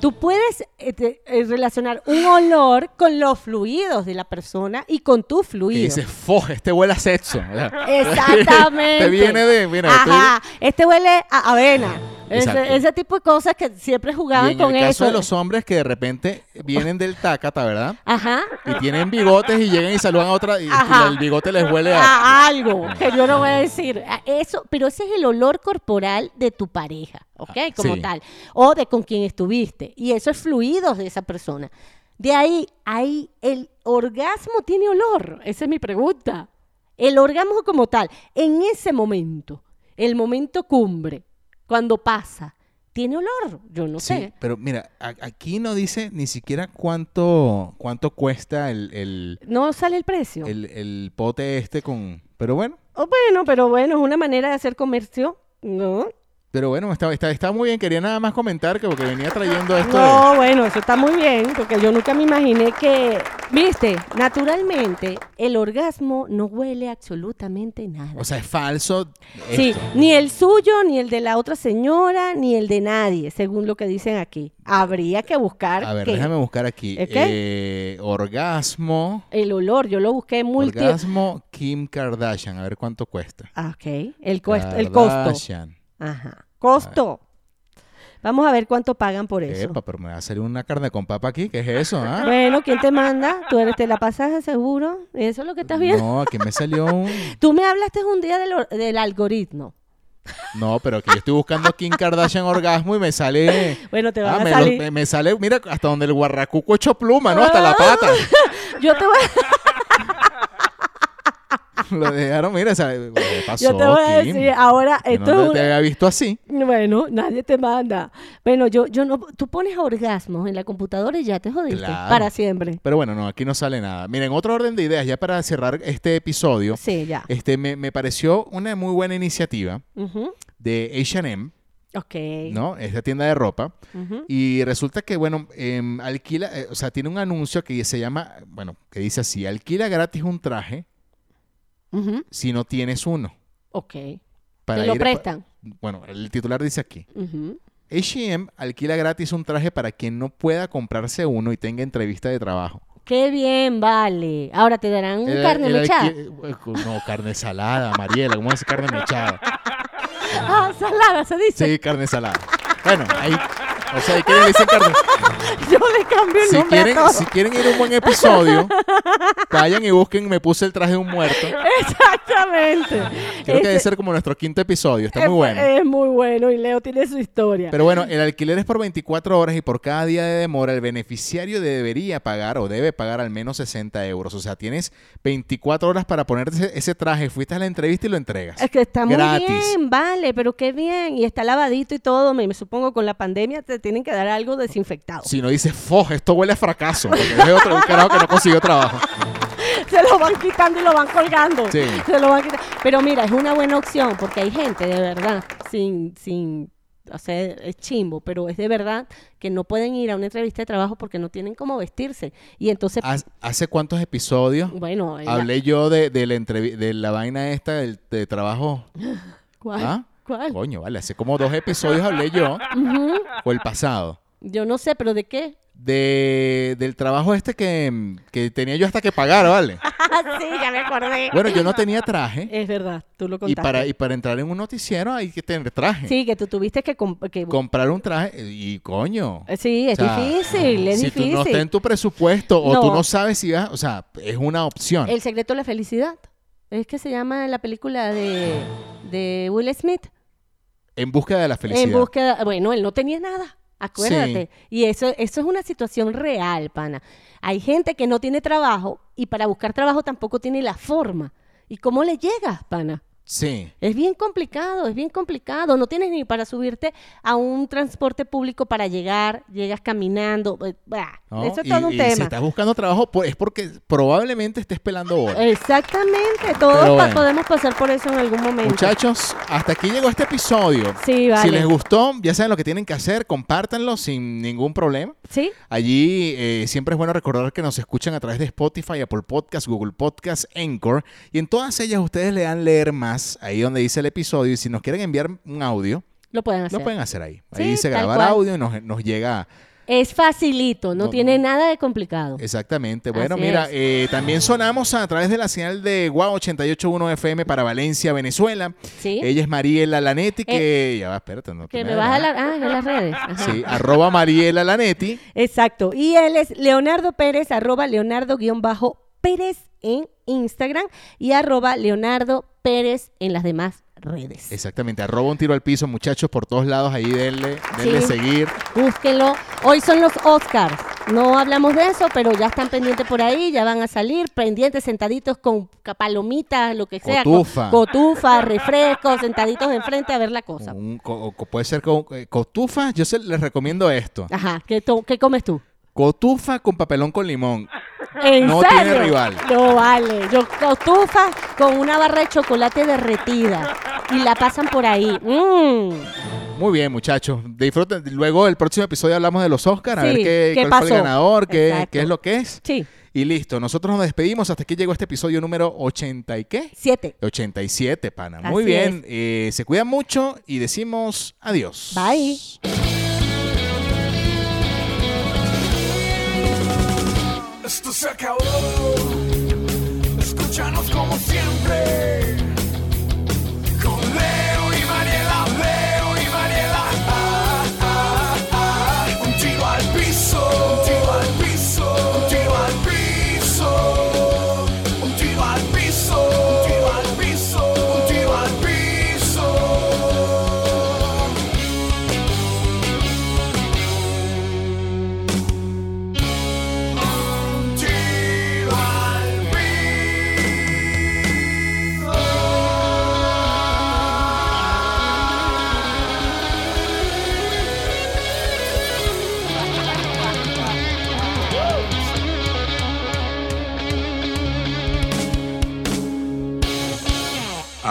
S3: Tú puedes eh, te- eh, relacionar un olor con los fluidos de la persona y con tu
S2: Que
S3: fluido.
S2: dices, "Fo, este huele a sexo. *laughs*
S3: Exactamente.
S2: Te *laughs* viene de- mira,
S3: Ajá. Este huele a avena. Ese,
S2: Exacto.
S3: ese tipo de cosas que siempre
S2: Y
S3: jugaban
S2: en
S3: con
S2: el caso
S3: eso.
S2: de los hombres que de repente vienen del tácata, ¿verdad?
S3: Ajá.
S2: Y tienen bigotes y llegan y saludan a otra y, y
S3: Ajá.
S2: el bigote les huele a...
S3: a Ah, algo que yo no voy a decir. A Eso, pero ese es el olor corporal de tu pareja, ¿ok? Como
S2: Ah, sí.
S3: tal. O de con quien estuviste. Y eso es fluidos de esa persona. De ahí, ahí el orgasmo tiene olor. Esa es mi pregunta. El orgasmo como tal, en ese momento, el momento cumbre, cuando pasa, ¿tiene olor? Yo no
S2: Sí,
S3: sé.
S2: pero mira, a- aquí no dice ni siquiera cuánto, cuánto cuesta el, el,
S3: No sale el precio.
S2: el- el pote este con... Pero bueno,
S3: Oh, bueno, pero bueno, es una manera de hacer comercio, ¿no?
S2: pero bueno, está, está, está muy bien. Quería nada más comentar que porque venía trayendo esto de-
S3: No, bueno, eso está muy bien, porque yo nunca me imaginé que, viste, naturalmente el orgasmo no huele absolutamente nada.
S2: O sea, es falso.
S3: sí,
S2: esto.
S3: ni el suyo, ni el de la otra señora, ni el de nadie, según lo que dicen aquí. Habría que buscar
S2: A ver,
S3: que
S2: déjame buscar aquí.
S3: ¿Eh, qué?
S2: Eh, orgasmo.
S3: el olor, yo lo busqué multi...
S2: Orgasmo Kim Kardashian. A ver cuánto cuesta.
S3: Ah, ok, el, cuest- el costo.
S2: Kardashian.
S3: Ajá, costo. Vamos a ver cuánto pagan por eso.
S2: Epa, pero me va a salir una carne con papa aquí. ¿Qué es eso? ah?
S3: Bueno, ¿quién te manda? Tú eres, te la pasas de seguro. Eso es lo que estás viendo.
S2: No, aquí me salió
S3: *laughs*
S2: un...
S3: Tú me hablaste un día del, or- del algoritmo.
S2: No, pero que yo estoy buscando Kim Kardashian orgasmo y me sale...
S3: *laughs* Bueno, te van
S2: Ah,
S3: a
S2: me, lo-
S3: salir. Ah.
S2: me- me sale, mira, hasta donde el guarracuco echó pluma, ¿no? Hasta la pata. *laughs*
S3: Yo te voy, a-
S2: Lo dejaron, mira, o sea, ¿qué pasó,
S3: yo te voy a
S2: Kim?
S3: decir ahora,
S2: Que
S3: esto
S2: no
S3: es
S2: te
S3: una-
S2: había visto así.
S3: Bueno, nadie te manda. Bueno, yo, yo no, tú pones orgasmos en la computadora y ya te jodiste
S2: Claro.
S3: para siempre.
S2: Pero bueno, no, aquí no sale nada. Miren, otro orden de ideas, ya para cerrar este episodio,
S3: Sí, ya.
S2: este, me, me pareció una muy buena iniciativa
S3: Ujú.
S2: de HM,
S3: Ok.
S2: ¿no? Esta tienda de ropa.
S3: Ujú.
S2: Y resulta que, bueno, em, alquila, eh, o sea, tiene un anuncio que se llama, bueno, que dice así, alquila gratis un traje
S3: Ujú.
S2: si no tienes uno.
S3: Ok.
S2: Para
S3: Te lo
S2: ir a-
S3: prestan.
S2: bueno, el titular dice aquí.
S3: Ujú.
S2: HM alquila gratis un traje para quien no pueda comprarse uno y tenga entrevista de trabajo.
S3: Qué bien, vale. Ahora te darán un
S2: El-
S3: carne
S2: Eh, el
S3: mechada.
S2: alqui- eh, No, carne salada, Mariela. ¿Cómo es carne mechada?
S3: Ah, salada, se dice.
S2: Sí, carne salada. Bueno, ahí. O sea, ¿qué le dicen
S3: *laughs*
S2: carne?
S3: Yo le cambio el
S2: Si
S3: nombre
S2: quieren,
S3: a todo.
S2: si quieren ir a un buen episodio, vayan y busquen Me puse el traje de un muerto.
S3: *laughs* Exactamente.
S2: Creo que
S3: Ese- eh.
S2: debe ser como nuestro quinto episodio. Está muy
S3: es-
S2: bueno.
S3: Es muy bueno y Leo tiene su historia.
S2: Pero bueno, el alquiler es por 24 horas y por cada día de demora el beneficiario debería pagar o debe pagar al menos 60 euros. O sea, tienes 24 horas para ponerte ese, ese traje. Fuiste a la entrevista y lo entregas.
S3: Es que está muy
S2: Gratis.
S3: bien, vale, pero qué bien. Y está lavadito y todo. Me, me supongo con la pandemia te tienen que dar algo desinfectado.
S2: Si no dices, foj, esto huele a fracaso. Porque es otro un carajo que no consiguió trabajo.
S3: *laughs* Se lo van quitando y lo van colgando.
S2: Sí.
S3: Se lo van quitando. Pero mira, es una buena opción porque hay gente de verdad sin, sin, o sea, es chimbo, pero es de verdad que no pueden ir a una entrevista de trabajo porque no tienen cómo vestirse. Y entonces,
S2: Haz- ¿Hace cuántos episodios
S3: bueno, eh,
S2: Ah, hablé yo de, de la, entrevi- de la vaina esta del de trabajo?
S3: ¿cuál?
S2: ¿Ah?
S3: ¿Cuál?
S2: Coño, vale. Hace como dos episodios hablé yo.
S3: Ujú.
S2: O el pasado.
S3: Yo no sé, pero ¿de qué?
S2: De, del trabajo este que, que tenía yo hasta que pagar, ¿vale?
S3: Ah, *laughs* sí, ya me acordé.
S2: Bueno, yo no tenía traje.
S3: Es verdad, tú
S2: Y
S3: lo Eh, contaste.
S2: para, y para entrar en un noticiero hay que tener traje.
S3: Sí, que tú tuviste que... comp- que-
S2: Comprar un traje eh, y coño.
S3: Eh, Sí, es
S2: O sea,
S3: difícil, es
S2: si
S3: difícil.
S2: tú no está en tu presupuesto o tú
S3: No.
S2: no sabes si vas, o sea, es una opción.
S3: El secreto de la felicidad. Es que se llama la película de, de Will Smith.
S2: En búsqueda de la felicidad.
S3: En búsqueda, bueno, él no tenía nada. Acuérdate. Y eso, eso es una situación real, pana. Hay gente que no tiene trabajo y para buscar trabajo tampoco tiene la forma. ¿Y cómo le llegas, pana?
S2: Sí.
S3: Es bien complicado, es bien complicado. No tienes ni para subirte a un transporte público para llegar, llegas caminando. eh, bah,
S2: ¿no?
S3: Eso es
S2: Y-
S3: todo un
S2: y Si
S3: tema.
S2: estás buscando trabajo, po- es porque probablemente estés pelando
S3: Eh,
S2: bola.
S3: Exactamente, todos
S2: Pero
S3: pa-
S2: bueno.
S3: podemos pasar por eso en algún momento.
S2: Muchachos, hasta aquí llegó este episodio.
S3: Sí, vale.
S2: Si les gustó, ya saben lo que tienen que hacer, compártanlo sin ningún problema.
S3: Sí,
S2: Allí eh, siempre es bueno recordar que nos escuchan a través de Spotify, Apple Podcast, Google Podcast, Anchor. Y en todas ellas ustedes le dan leer más, ahí donde dice el episodio. Y si nos quieren enviar un audio,
S3: lo pueden hacer.
S2: lo pueden hacer ahí.
S3: Sí,
S2: Ahí dice
S3: tal
S2: grabar
S3: cual.
S2: audio y nos, nos llega
S3: Es facilito, no,
S2: No,
S3: tiene nada de complicado.
S2: Exactamente. Bueno,
S3: Así
S2: mira,
S3: es.
S2: eh, también sonamos a través de la señal de Guau 881 FM para Valencia, Venezuela.
S3: Sí. Eh,
S2: Ella es Mariela Lanetti, que ya va, espérate, no te
S3: que
S2: me
S3: me vas a la,
S2: adelantes.
S3: ah, en las redes. Ajá.
S2: Sí, arroba Mariela
S3: *laughs*
S2: Lanetti.
S3: Exacto. Y él es Leonardo Pérez, arroba Leonardo-Pérez en Instagram y arroba Leonardo Pérez en las demás redes.
S2: Exactamente, arroba un tiro al piso, muchachos, por todos lados, ahí denle, denle
S3: Sí.
S2: seguir.
S3: Búsquenlo. Hoy son los Oscars. No hablamos de eso, pero ya están pendientes por ahí, ya van a salir, pendientes, sentaditos con ca- palomitas, lo que sea. co-
S2: Cotufa.
S3: Cotufa, refrescos, sentaditos enfrente a ver la cosa.
S2: Un co- co- puede ser con eh, cotufa, yo se- les recomiendo esto.
S3: Ajá, ¿qué, to- qué comes tú?
S2: Cotufa con papelón con limón.
S3: ¿En
S2: No
S3: serio?
S2: tiene rival.
S3: No vale. Yo cotufa con una barra de chocolate derretida y la pasan por ahí. Mm.
S2: Muy bien, muchachos. Disfruten. Luego el próximo episodio hablamos de los Oscars, a
S3: Sí,
S2: ver qué,
S3: ¿qué
S2: cuál
S3: pasó?
S2: fue el ganador, qué,
S3: Exacto.
S2: qué es lo que es.
S3: Sí,
S2: Y listo, nosotros nos despedimos. Hasta aquí llegó este episodio número 80 y qué?
S3: siete.
S2: 87, pana. Muy
S3: Así
S2: bien. Eh, se cuidan mucho y decimos adiós.
S3: Bye.
S1: Esto se acabó. Escúchanos como siempre. Con Leo y Mariela, Leo y Mariela. Ah, ah, ah. Un tiro al piso, un tiro al piso, un tiro al piso. Un tiro al piso, un tiro al piso, un tiro al piso. Un tiro al